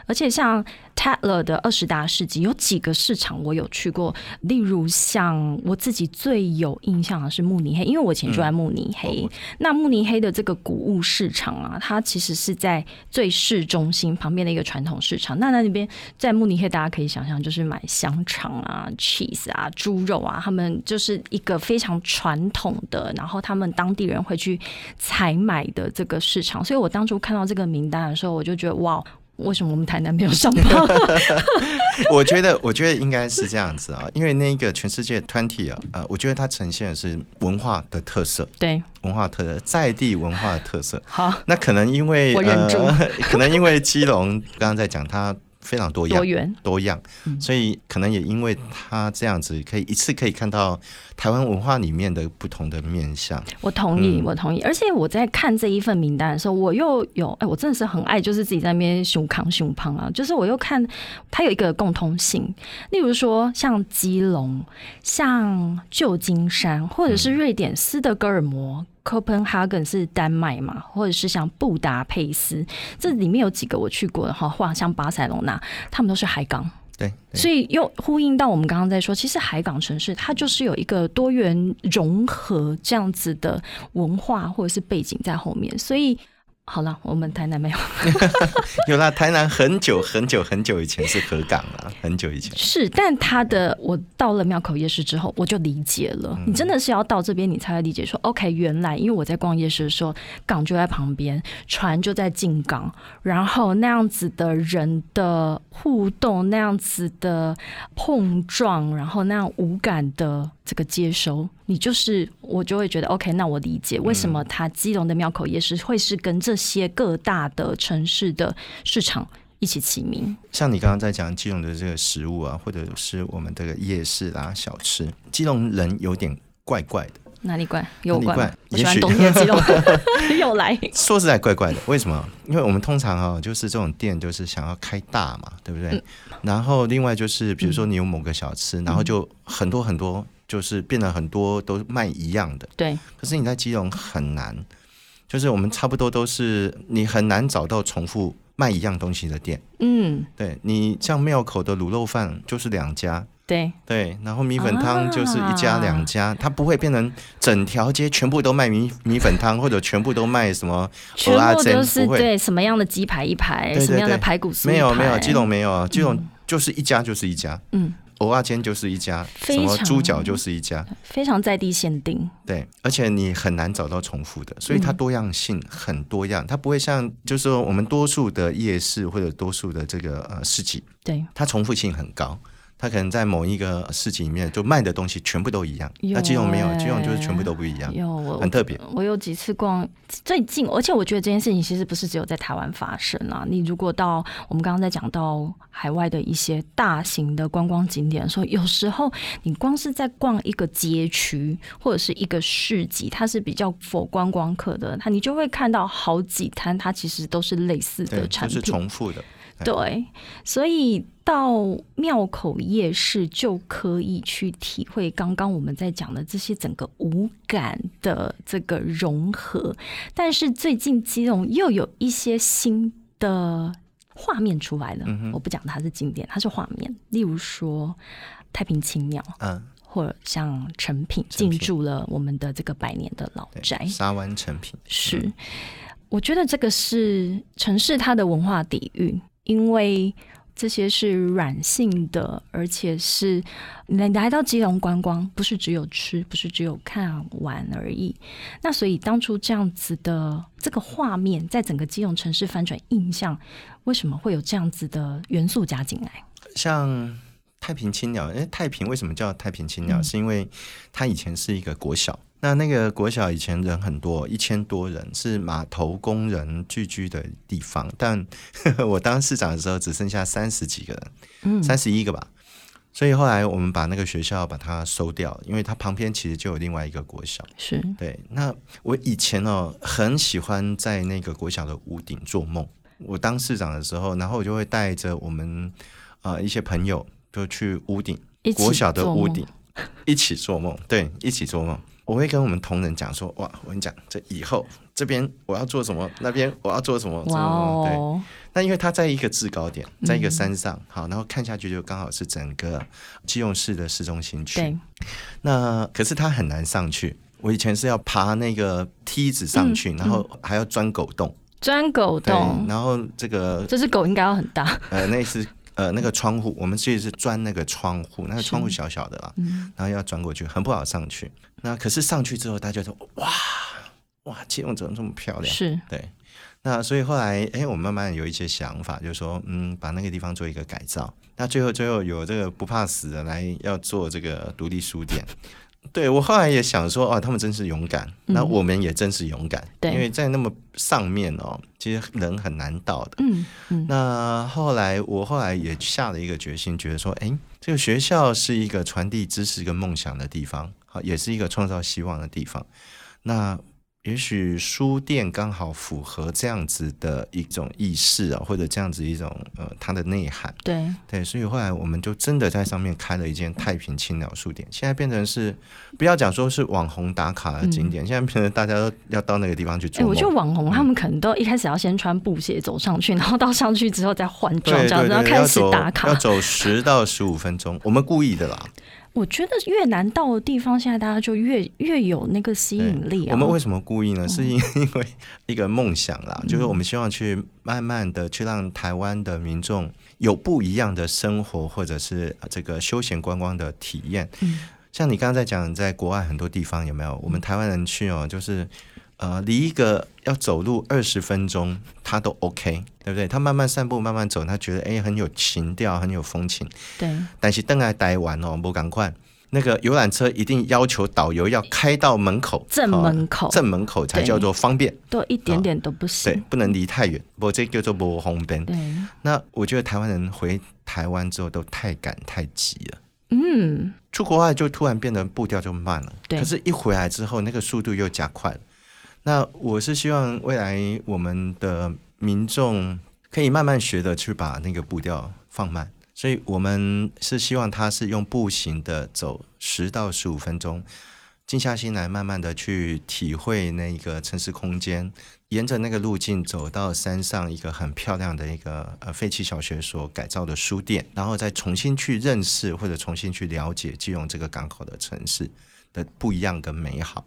[SPEAKER 1] 而且像 Tatler 的二十大市集，有几个市场我有去过，例如像我自己最有印象的是慕尼黑，因为我以前住在慕尼黑。
[SPEAKER 2] 哦
[SPEAKER 1] 那慕尼黑的这个古物市场啊，它其实是在最市中心旁边的一个传统市场。那那边在慕尼黑，大家可以想象，就是买香肠啊、cheese 啊、猪肉啊，他们就是一个非常传统的，然后他们当地人会去采买的这个市场。所以我当初看到这个名单的时候，我就觉得哇。为什么我们台南没有上榜？
[SPEAKER 2] 我觉得，我觉得应该是这样子啊，因为那个全世界 twenty 啊，呃，我觉得它呈现的是文化的特色，
[SPEAKER 1] 对，
[SPEAKER 2] 文化特色，在地文化的特色。
[SPEAKER 1] 好，
[SPEAKER 2] 那可能因为
[SPEAKER 1] 我忍住
[SPEAKER 2] 呃，可能因为基隆刚刚在讲它非常多样
[SPEAKER 1] 多，元，
[SPEAKER 2] 多样，所以可能也因为它这样子，可以一次可以看到台湾文化里面的不同的面相。
[SPEAKER 1] 我同意，
[SPEAKER 2] 嗯
[SPEAKER 1] 我同意。而且我在看这一份名单的时候，我又有，哎、我真的是很爱，就是自己在那边胸扛胸胖啊，就是我又看它有一个共通性，例如说像基隆、像旧金山，或者是瑞典斯德哥尔摩。Copenhagen 是丹麦嘛，或者是像布达佩斯，这里面有几个我去过的哈，或者像巴塞隆纳，他们都是海港，
[SPEAKER 2] 对，对
[SPEAKER 1] 所以又呼应到我们刚刚在说，其实海港城市它就是有一个多元融合这样子的文化或者是背景在后面，所以。好了，我们台南没有
[SPEAKER 2] 有啦，台南很久很久很久以前是河港啦，很久以前。
[SPEAKER 1] 是，但它的我到了庙口夜市之后，我就理解了。你真的是要到这边，你才会理解说，OK，原来因为我在逛夜市的时候，港就在旁边，船就在进港，然后那样子的人的互动，那样子的碰撞，然后那样无感的这个接收，你就是我就会觉得 OK，那我理解为什么它基隆的庙口夜市会是跟这些各大的城市的市场一起齐名。
[SPEAKER 2] 像你刚刚在讲基隆的这个食物啊，或者是我们这个夜市啊、小吃，基隆人有点怪怪的。
[SPEAKER 1] 哪里怪？有
[SPEAKER 2] 哪里
[SPEAKER 1] 怪吗
[SPEAKER 2] 怪？
[SPEAKER 1] 我
[SPEAKER 2] 也
[SPEAKER 1] 喜欢
[SPEAKER 2] 许
[SPEAKER 1] 冬天的 肌肉，又来。
[SPEAKER 2] 说实在怪怪的，为什么？因为我们通常啊、就是这种店就是想要开大嘛，对不对？然后另外就是，比如说你有某个小吃，然后就很多很多，就是变得很多都卖一样的。
[SPEAKER 1] 对，
[SPEAKER 2] 可是你在基隆很难，就是我们差不多都是你很难找到重复卖一样东西的店。
[SPEAKER 1] 嗯，
[SPEAKER 2] 对你像庙口的卤肉饭就是两家，
[SPEAKER 1] 对，
[SPEAKER 2] 对，然后米粉汤就是一家
[SPEAKER 1] 啊
[SPEAKER 2] 两家，它不会变成整条街全部都卖米米粉汤，或者全部都卖什么
[SPEAKER 1] 全
[SPEAKER 2] 蚵
[SPEAKER 1] 部
[SPEAKER 2] 仔煎
[SPEAKER 1] 都是
[SPEAKER 2] 不会
[SPEAKER 1] 对什么样的鸡排一排，
[SPEAKER 2] 对对
[SPEAKER 1] 什么样的
[SPEAKER 2] 对
[SPEAKER 1] 排骨酥一
[SPEAKER 2] 没有
[SPEAKER 1] 排
[SPEAKER 2] 没有，基隆没有，基隆就是一家就是一家，
[SPEAKER 1] 嗯，
[SPEAKER 2] 蚵仔煎就是一家，
[SPEAKER 1] 非
[SPEAKER 2] 什么
[SPEAKER 1] 常
[SPEAKER 2] 猪脚就是一家，
[SPEAKER 1] 非常在地限定。
[SPEAKER 2] 对，而且你很难找到重复的，所以它多样性很多样，它不会像就是说我们多数的夜市或者多数的这个呃市集，
[SPEAKER 1] 对，
[SPEAKER 2] 它重复性很高。它可能在某一个市集里面就卖的东西全部都一样，
[SPEAKER 1] 有
[SPEAKER 2] 那基隆没有
[SPEAKER 1] 欸，
[SPEAKER 2] 基隆就是全部都不一样，
[SPEAKER 1] 有我
[SPEAKER 2] 很特别。
[SPEAKER 1] 我有几次逛最近，而且我觉得这件事情其实不是只有在台湾发生啊。你如果到我们刚刚在讲到海外的一些大型的观光景点的时候，有时候你光是在逛一个街区或者是一个市集，它是比较否观光客的，它你就会看到好几摊，它其实都是类似
[SPEAKER 2] 对，
[SPEAKER 1] 的
[SPEAKER 2] 就
[SPEAKER 1] 产
[SPEAKER 2] 是
[SPEAKER 1] 品。
[SPEAKER 2] 重复的。
[SPEAKER 1] 对，所以到庙口夜市就可以去体会刚刚我们在讲的这些整个无感的这个融合。但是最近基隆又有一些新的画面出来
[SPEAKER 2] 嗯
[SPEAKER 1] 了，我不讲它是景点，它是画面，例如说太平青鸟。
[SPEAKER 2] 嗯，
[SPEAKER 1] 或者像成品
[SPEAKER 2] 成
[SPEAKER 1] 进
[SPEAKER 2] 品
[SPEAKER 1] 驻了我们的这个百年的老宅
[SPEAKER 2] 对，，沙湾成品
[SPEAKER 1] 是，我觉得这个是城市它的文化底蕴，因为这些是软性的，而且是你来到基隆观光，不是只有吃，不是只有看玩而已。那所以当初这样子的这个画面，在整个基隆城市翻转印象，为什么会有这样子的元素加进来？
[SPEAKER 2] 像太平青鸟，哎，太平为什么叫太平青鸟？是因为它以前是一个国小，那那个国小以前人很多，一千多人，是码头工人聚居的地方。但 我当市长的时候，只剩下三十几个人，三十一个吧。所以后来我们把那个学校把它收掉，因为它旁边其实就有另外一个国小。
[SPEAKER 1] 是
[SPEAKER 2] 对，那我以前哦很喜欢在那个国小的屋顶做梦。我当市长的时候，然后我就会带着我们呃一些朋友就去屋顶，
[SPEAKER 1] 一起
[SPEAKER 2] 国小的
[SPEAKER 1] 做
[SPEAKER 2] 屋
[SPEAKER 1] 梦
[SPEAKER 2] 顶，一起做梦，对，一起做梦。我会跟我们同仁讲说，哇，我跟你讲，这以后这边我要做什么，那边我要做什么，什么
[SPEAKER 1] 哇
[SPEAKER 2] 什么对。
[SPEAKER 1] 哦，嗯
[SPEAKER 2] 那因为它在一个制高点，在一个山上，好，然后看下去就刚好是整个基隆市的市中心区。
[SPEAKER 1] 对，
[SPEAKER 2] 那可是它很难上去。我以前是要爬那个梯子上去，然后还要钻狗洞，
[SPEAKER 1] 钻狗
[SPEAKER 2] 对
[SPEAKER 1] 洞，，
[SPEAKER 2] 然后这个
[SPEAKER 1] 这只狗应该要很大。
[SPEAKER 2] 呃那是呃那个窗户，我们其实是钻那个窗户，那个窗户小小的啦，然后要钻过去，很不好上去。那可是上去之后，大家就说哇哇，基隆怎么这么漂亮？
[SPEAKER 1] 是，
[SPEAKER 2] 对，那所以后来，哎，我慢慢有一些想法，就是说，嗯，把那个地方做一个改造。那最后最后有这个不怕死的来要做这个独立书店。对我后来也想说，哦，他们真是勇敢，那我们也真是勇敢，
[SPEAKER 1] 对
[SPEAKER 2] 因为在那么上面哦，其实人很难到的。
[SPEAKER 1] 嗯嗯
[SPEAKER 2] 那后来我后来也下了一个决心，觉得说，哎，这个学校是一个传递知识跟梦想的地方，好，也是一个创造希望的地方。那也许书店刚好符合这样子的一种意识啊、或者这样子一种呃它的内涵。
[SPEAKER 1] 对，
[SPEAKER 2] 对，所以后来我们就真的在上面开了一间太平青鸟书店，现在变成是不要讲说是网红打卡的景点，现在变成大家都要到那个地方去
[SPEAKER 1] 哎、
[SPEAKER 2] 做
[SPEAKER 1] 嗯我
[SPEAKER 2] 梦。嗯
[SPEAKER 1] 觉得网红他们可能都一开始要先穿布鞋走上去， 然后到上去之后再换 装
[SPEAKER 2] 对
[SPEAKER 1] 这样
[SPEAKER 2] 对
[SPEAKER 1] 子，然后
[SPEAKER 2] 对，
[SPEAKER 1] 开
[SPEAKER 2] 要
[SPEAKER 1] 始
[SPEAKER 2] 走
[SPEAKER 1] 打
[SPEAKER 2] 要
[SPEAKER 1] 卡。
[SPEAKER 2] 走十到十五分钟，我们故意的啦。
[SPEAKER 1] 我觉得越难到的地方，现在大家就越越有那个吸引力啊。
[SPEAKER 2] 我们为什么故意呢？是因 因为一个梦想啦，
[SPEAKER 1] 嗯
[SPEAKER 2] 就是我们希望去慢慢的去让台湾的民众有不一样的生活，或者是呃这个休闲观光的体验。
[SPEAKER 1] 嗯
[SPEAKER 2] 像你刚刚在讲，在国外很多地方有没有？我们台湾人去哦，就是呃，离一个要走路二十分钟，他都 OK，对不对？他慢慢散步，慢慢走，他觉得哎很有情调，很有风情。
[SPEAKER 1] 对，
[SPEAKER 2] 但是邓来台湾哦，不赶快。那个游览车一定要求导游要开到门口，
[SPEAKER 1] 正
[SPEAKER 2] 哦
[SPEAKER 1] 门口
[SPEAKER 2] 正门口才叫做方便，
[SPEAKER 1] 都一点点都不
[SPEAKER 2] 对
[SPEAKER 1] 行。，
[SPEAKER 2] 不能离太远，不这叫做不红灯。
[SPEAKER 1] 对，
[SPEAKER 2] 那我觉得台湾人回台湾之后都太赶太急了，
[SPEAKER 1] 嗯，
[SPEAKER 2] 出国外就突然变得步调就慢了，
[SPEAKER 1] 对
[SPEAKER 2] 可是，一回来之后那个速度又加快了。那我是希望未来我们的民众可以慢慢学的去把那个步调放慢，所以我们是希望他是用步行的走十到十五分钟，静下心来，慢慢的去体会那一个城市空间，沿着那个路径走到山上一个很漂亮的一个呃废弃小学所改造的书店，然后再重新去认识或者重新去了解基隆这个港口的城市的不一样跟美好。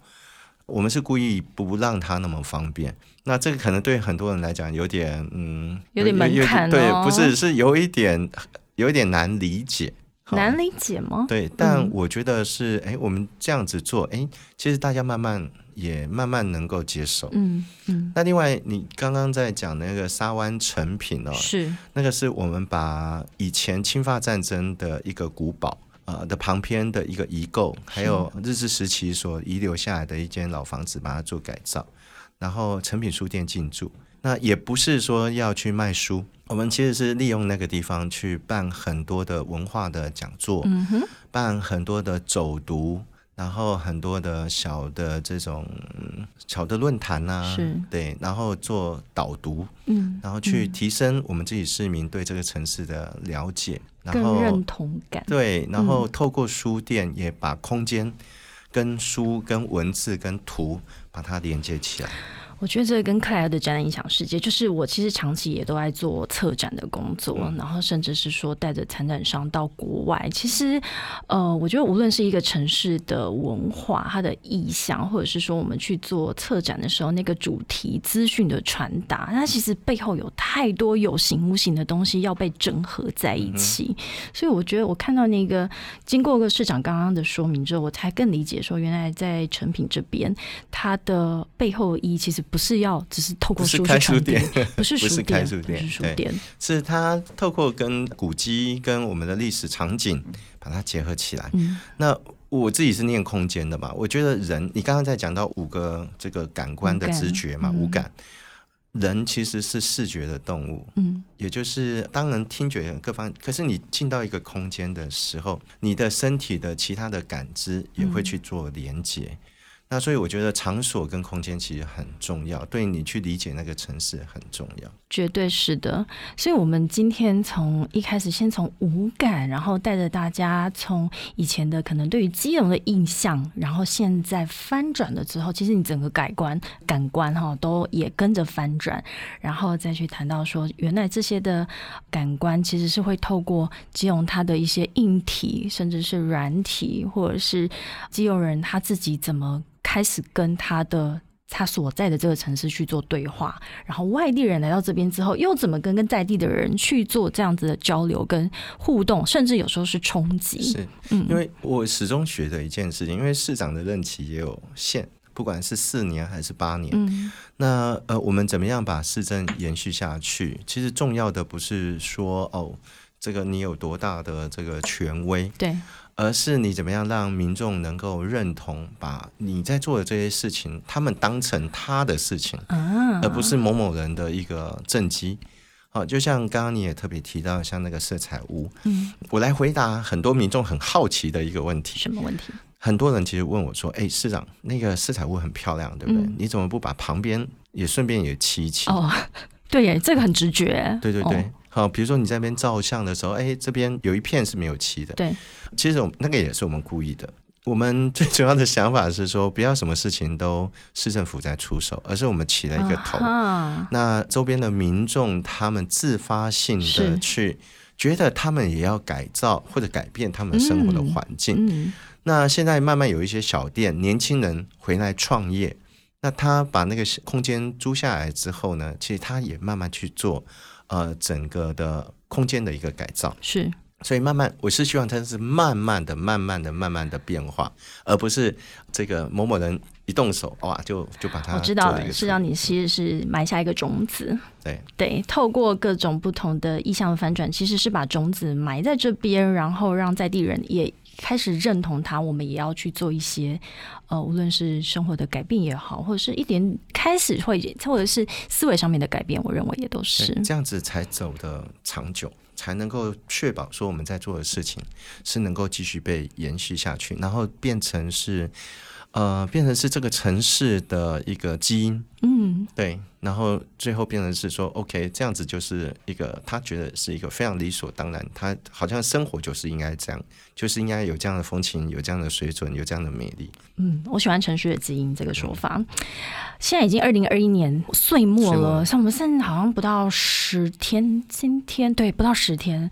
[SPEAKER 2] 我们是故意不让它那么方便，那这个可能对很多人来讲有点嗯，
[SPEAKER 1] 有点门槛哦
[SPEAKER 2] 对，不是是有一点有一点难理解，好
[SPEAKER 1] 难嗯理解吗？
[SPEAKER 2] 对，但我觉得是，哎、我们这样子做，哎，其实大家慢慢也慢慢能够接受。
[SPEAKER 1] 嗯嗯，
[SPEAKER 2] 那另外，你刚刚在讲那个沙湾成品哦，
[SPEAKER 1] 是
[SPEAKER 2] 那个是我们把以前侵法战争的一个古堡。呃的旁边的一个遗构，还有日治时期所遗留下来的一间老房子，把它做改造，然后成品书店进驻。那也不是说要去卖书，我们其实是利用那个地方去办很多的文化的讲座，
[SPEAKER 1] 嗯哼，
[SPEAKER 2] 办很多的走读，然后很多的小的这种嗯小的论坛啊
[SPEAKER 1] 是，
[SPEAKER 2] 对，然后做导读，
[SPEAKER 1] 嗯，
[SPEAKER 2] 然后去提升我们自己市民对这个城市的了解，然
[SPEAKER 1] 更认
[SPEAKER 2] 后
[SPEAKER 1] 同嗯感。
[SPEAKER 2] 对，然后透过书店也把空间跟书、跟文字、跟图把它连接起来。
[SPEAKER 1] 我觉得这个跟克莱尔的展览影响世界，就是我其实长期也都在做策展的工作，然后甚至是说带着参展商到国外。其实，呃，我觉得无论是一个城市的文化、它的意象，或者是说我们去做策展的时候，那个主题资讯的传达，它其实背后有太多有形无形的东西要被整合在
[SPEAKER 2] 嗯
[SPEAKER 1] 一起。所以我觉得我看到那个经过个市长刚刚的说明之后，我才更理解说，原来在成品这边，它的背后意义其实不是要只是透过
[SPEAKER 2] 不是
[SPEAKER 1] 书去
[SPEAKER 2] 开
[SPEAKER 1] 传
[SPEAKER 2] 书
[SPEAKER 1] 递，不是书
[SPEAKER 2] 不是
[SPEAKER 1] 店，
[SPEAKER 2] 开
[SPEAKER 1] 不
[SPEAKER 2] 书店
[SPEAKER 1] 是书
[SPEAKER 2] 对
[SPEAKER 1] 店，
[SPEAKER 2] 是它透过跟古迹、跟我们的历史场景把它结合起来。
[SPEAKER 1] 嗯
[SPEAKER 2] 那我自己是念空间的嘛，我觉得人，你刚刚在讲到五个这个感官的
[SPEAKER 1] 五感
[SPEAKER 2] 知觉嘛，
[SPEAKER 1] 嗯
[SPEAKER 2] 五感，人其实是视觉的动物，
[SPEAKER 1] 嗯，
[SPEAKER 2] 也就是当然听觉各方，可是你进到一个空间的时候，你的身体的其他的感知也会去做连接。那所以我觉得场所跟空间其实很重要，对你去理解那个城市很重要。
[SPEAKER 1] 绝对是的。所以，我们今天从一开始，先从五感，然后带着大家从以前的可能对于基隆的印象，然后现在翻转了之后，其实你整个改观、感官哈都也跟着翻转，然后再去谈到说，原来这些的感官其实是会透过基隆它的一些硬体，甚至是软体，或者是基隆人他自己怎么开始跟他的。他所在的这个城市去做对话，然后外地人来到这边之后，又怎么跟跟在地的人去做这样子的交流跟互动，甚至有时候是冲击。
[SPEAKER 2] 是，因为我始终觉得一件事情，因为市长的任期也有限，不管是四年还是八年。
[SPEAKER 1] 嗯
[SPEAKER 2] 那呃，我们怎么样把市政延续下去？其实重要的不是说哦，这个你有多大的这个权威，
[SPEAKER 1] 对，
[SPEAKER 2] 而是你怎么样让民众能够认同，把你在做的这些事情，他们当成他的事情，
[SPEAKER 1] 啊，
[SPEAKER 2] 而不是某某人的一个政绩。好、就像刚刚你也特别提到，像那个色彩屋，
[SPEAKER 1] 嗯，
[SPEAKER 2] 我来回答很多民众很好奇的一个问题。
[SPEAKER 1] 什么问题？
[SPEAKER 2] 很多人其实问我说：“哎，市长，那个色彩屋很漂亮，对不对？
[SPEAKER 1] 嗯
[SPEAKER 2] 你怎么不把旁边也顺便也漆一漆？”
[SPEAKER 1] 哦，对耶，这个很直觉，
[SPEAKER 2] 对对
[SPEAKER 1] 哦
[SPEAKER 2] 对，好，比如说你在那边照相的时候，哎，这边有一片是没有漆的，
[SPEAKER 1] 对，
[SPEAKER 2] 其实我们那个也是我们故意的。我们最主要的想法是说，不要什么事情都市政府在出手，而是我们起了一个头，
[SPEAKER 1] 啊哈
[SPEAKER 2] 那周边的民众他们自发性的
[SPEAKER 1] 是
[SPEAKER 2] 去觉得他们也要改造或者改变他们生活的环境。
[SPEAKER 1] 嗯，
[SPEAKER 2] 那现在慢慢有一些小店，年轻人回来创业，那他把那个空间租下来之后呢，其实他也慢慢去做呃整个的空间的一个改造。
[SPEAKER 1] 是
[SPEAKER 2] 所以慢慢，我是希望它是慢慢的、慢慢的、慢慢的变化，而不是这个某某人一动手哇就就把它
[SPEAKER 1] 我知道
[SPEAKER 2] 做一
[SPEAKER 1] 了，
[SPEAKER 2] 个
[SPEAKER 1] 是
[SPEAKER 2] 处
[SPEAKER 1] 让
[SPEAKER 2] 理
[SPEAKER 1] 你其实是埋下一个种子，
[SPEAKER 2] 对
[SPEAKER 1] 对，透过各种不同的意向的翻转，其实是把种子埋在这边，然后让在地人也开始认同它，我们也要去做一些，呃，无论是生活的改变也好，或者是一点开始会，或者是思维上面的改变，我认为也都
[SPEAKER 2] 对
[SPEAKER 1] 是，
[SPEAKER 2] 这样子才走得长久，才能够确保说我们在做的事情是能够继续被延续下去，然后变成是呃变成是这个城市的一个基因，
[SPEAKER 1] 嗯，
[SPEAKER 2] 对，然后最后变成是说 OK，这样子就是一个他觉得是一个非常理所当然，他好像生活就是应该这样，就是应该有这样的风情，有这样的水准，有这样的魅力。
[SPEAKER 1] 嗯，我喜欢程序的基因这个说法。现在已经二零二一年岁末
[SPEAKER 2] 岁末
[SPEAKER 1] 了，
[SPEAKER 2] 了
[SPEAKER 1] 像我们现在好像不到十天，今天对不到十天，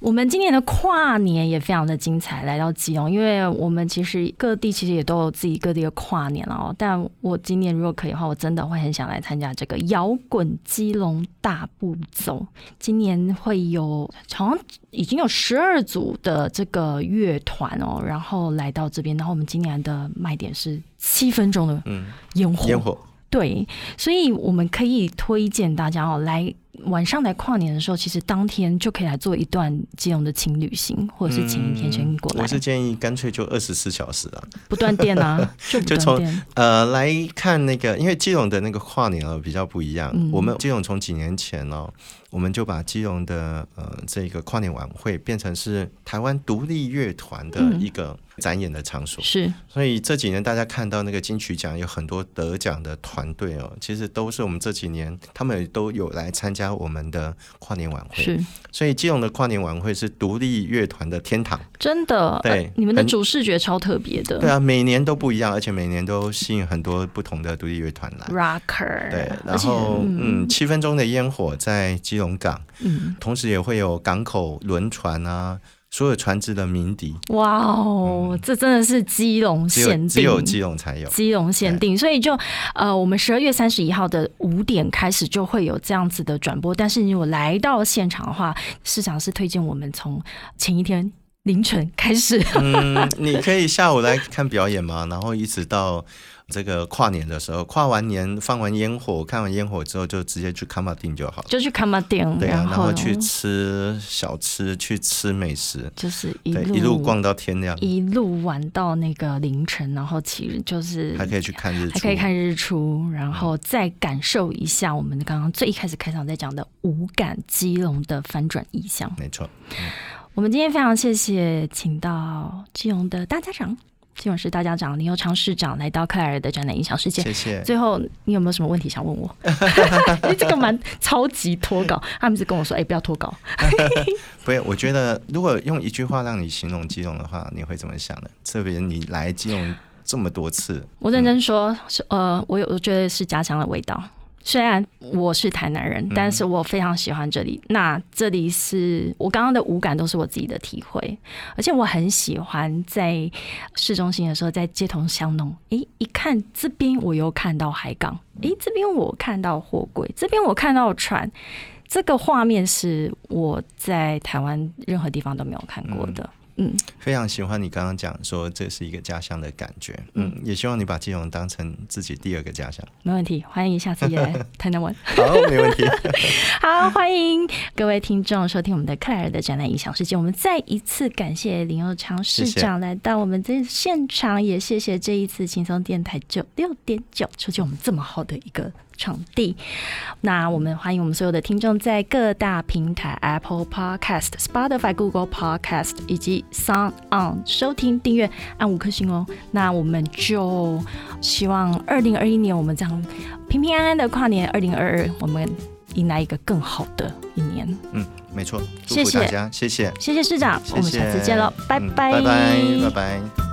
[SPEAKER 1] 我们今年的跨年也非常的精彩，来到基隆，因为我们其实各地其实也都有自己各地的跨年了哦。但我今年如果可以的话，我真的会很想来参加这个摇滚基隆大步走。今年会有好像已经有十二组的这个乐团哦，然后来到这边，然后我们今年的卖点是七分钟的
[SPEAKER 2] 嗯，
[SPEAKER 1] 烟火，
[SPEAKER 2] 烟火
[SPEAKER 1] 对，所以我们可以推荐大家哦，来晚上来跨年的时候，其实当天就可以来做一段基隆的轻旅行，或者是请一天先过来，
[SPEAKER 2] 我是建议干脆就二十四小时啊，
[SPEAKER 1] 不断电 啊，就不
[SPEAKER 2] 就从
[SPEAKER 1] 断电，
[SPEAKER 2] 呃，来看那个，因为基隆的那个跨年哦比较不一样。
[SPEAKER 1] 嗯
[SPEAKER 2] 我们基隆从几年前哦，我们就把基隆的呃这个跨年晚会变成是台湾独立乐团的
[SPEAKER 1] 嗯
[SPEAKER 2] 一个展演的场所。
[SPEAKER 1] 是
[SPEAKER 2] 所以这几年大家看到那个金曲奖有很多得奖的团队哦，其实都是我们这几年他们也都有来参加我们的跨年晚会。
[SPEAKER 1] 是
[SPEAKER 2] 所以基隆的跨年晚会是独立乐团的天堂。
[SPEAKER 1] 真的，
[SPEAKER 2] 对
[SPEAKER 1] 呃你们的
[SPEAKER 2] 很
[SPEAKER 1] 主视觉超特别的，
[SPEAKER 2] 对啊，每年都不一样，而且每年都吸引很多不同的独立乐团来。
[SPEAKER 1] rocker，
[SPEAKER 2] 对，然
[SPEAKER 1] 啊而且
[SPEAKER 2] 后
[SPEAKER 1] 嗯
[SPEAKER 2] 嗯，七分钟的烟火在基隆港，
[SPEAKER 1] 嗯，
[SPEAKER 2] 同时也会有港口轮船啊，所有船只的鸣笛，
[SPEAKER 1] 哇哦，这真的是基隆
[SPEAKER 2] 嗯只有
[SPEAKER 1] 限定，
[SPEAKER 2] 只有基隆 才有。
[SPEAKER 1] 基隆限定，所以就呃，我们十二月三十一号的五点开始就会有这样子的转播。但是如果来到现场的话，市场是推荐我们从前一天凌晨开始。
[SPEAKER 2] 嗯，你可以下午来看表演嘛，然后一直到这个跨年的时候，跨完年放完烟火，看完烟火之后就直接去康马丁就好了。
[SPEAKER 1] 就去看马店，
[SPEAKER 2] 对啊，
[SPEAKER 1] 嗯
[SPEAKER 2] 然
[SPEAKER 1] 后
[SPEAKER 2] 后去吃小吃，去吃美食，
[SPEAKER 1] 就是一
[SPEAKER 2] 对，
[SPEAKER 1] 路
[SPEAKER 2] 一路逛到天亮，
[SPEAKER 1] 一路玩到那个凌晨，然后其实就是
[SPEAKER 2] 还可以去看日出，
[SPEAKER 1] 还可以看日出，然后再感受一下我们刚刚最一开始开场在讲的无感基隆的翻转意象。
[SPEAKER 2] 没错。
[SPEAKER 1] 我们今天非常谢谢请到基隆的大家长，基隆市大家长林佑昌市长来到克莱尔的展览影响世界。
[SPEAKER 2] 谢谢。
[SPEAKER 1] 最后，你有没有什么问题想问我？ 因为这个蛮超级脱稿，他们是跟我说：“哎、不要脱稿。
[SPEAKER 2] 不是，我觉得如果用一句话让你形容基隆的话，你会怎么想呢？特别你来基隆这么多次，”
[SPEAKER 1] 我认真说，是呃，我有我觉得是家乡的味道。虽然我是台南人，但是我非常喜欢这里。那这里是我刚刚的五感都是我自己的体会，而且我很喜欢在市中心的时候，在街头巷弄，诶，一看这边我又看到海港，诶，这边我看到货柜，这边我看到船，这个画面是我在台湾任何地方都没有看过的。嗯，
[SPEAKER 2] 非常喜欢你刚刚讲说这是一个家乡的感觉，嗯，也希望你把基隆当成自己第二个家乡。
[SPEAKER 1] 没问题，欢迎下次也来台南玩。
[SPEAKER 2] 好，没问题。
[SPEAKER 1] 好，欢迎各位听众收听我们的克莱尔的展览影响世界。我们再一次感谢林佑昌市
[SPEAKER 2] 谢谢
[SPEAKER 1] 长来到我们这现场，也谢谢这一次轻松电台九六点九出借我们这么好的一个场地。那我们欢迎我们所有的听众在各大平台 Apple Podcast、Spotify、Google Podcast 以及 Sound On 收听、订阅，按五颗星哦。那我们就希望二零二一年我们这样平平安安的跨年，二零二二我们迎来一个更好的一年。
[SPEAKER 2] 嗯，没错，祝
[SPEAKER 1] 谢
[SPEAKER 2] 福
[SPEAKER 1] 谢
[SPEAKER 2] 大家，谢谢，
[SPEAKER 1] 谢谢市长，嗯
[SPEAKER 2] 谢谢
[SPEAKER 1] 我们下次见喽，拜
[SPEAKER 2] 嗯拜拜，拜拜。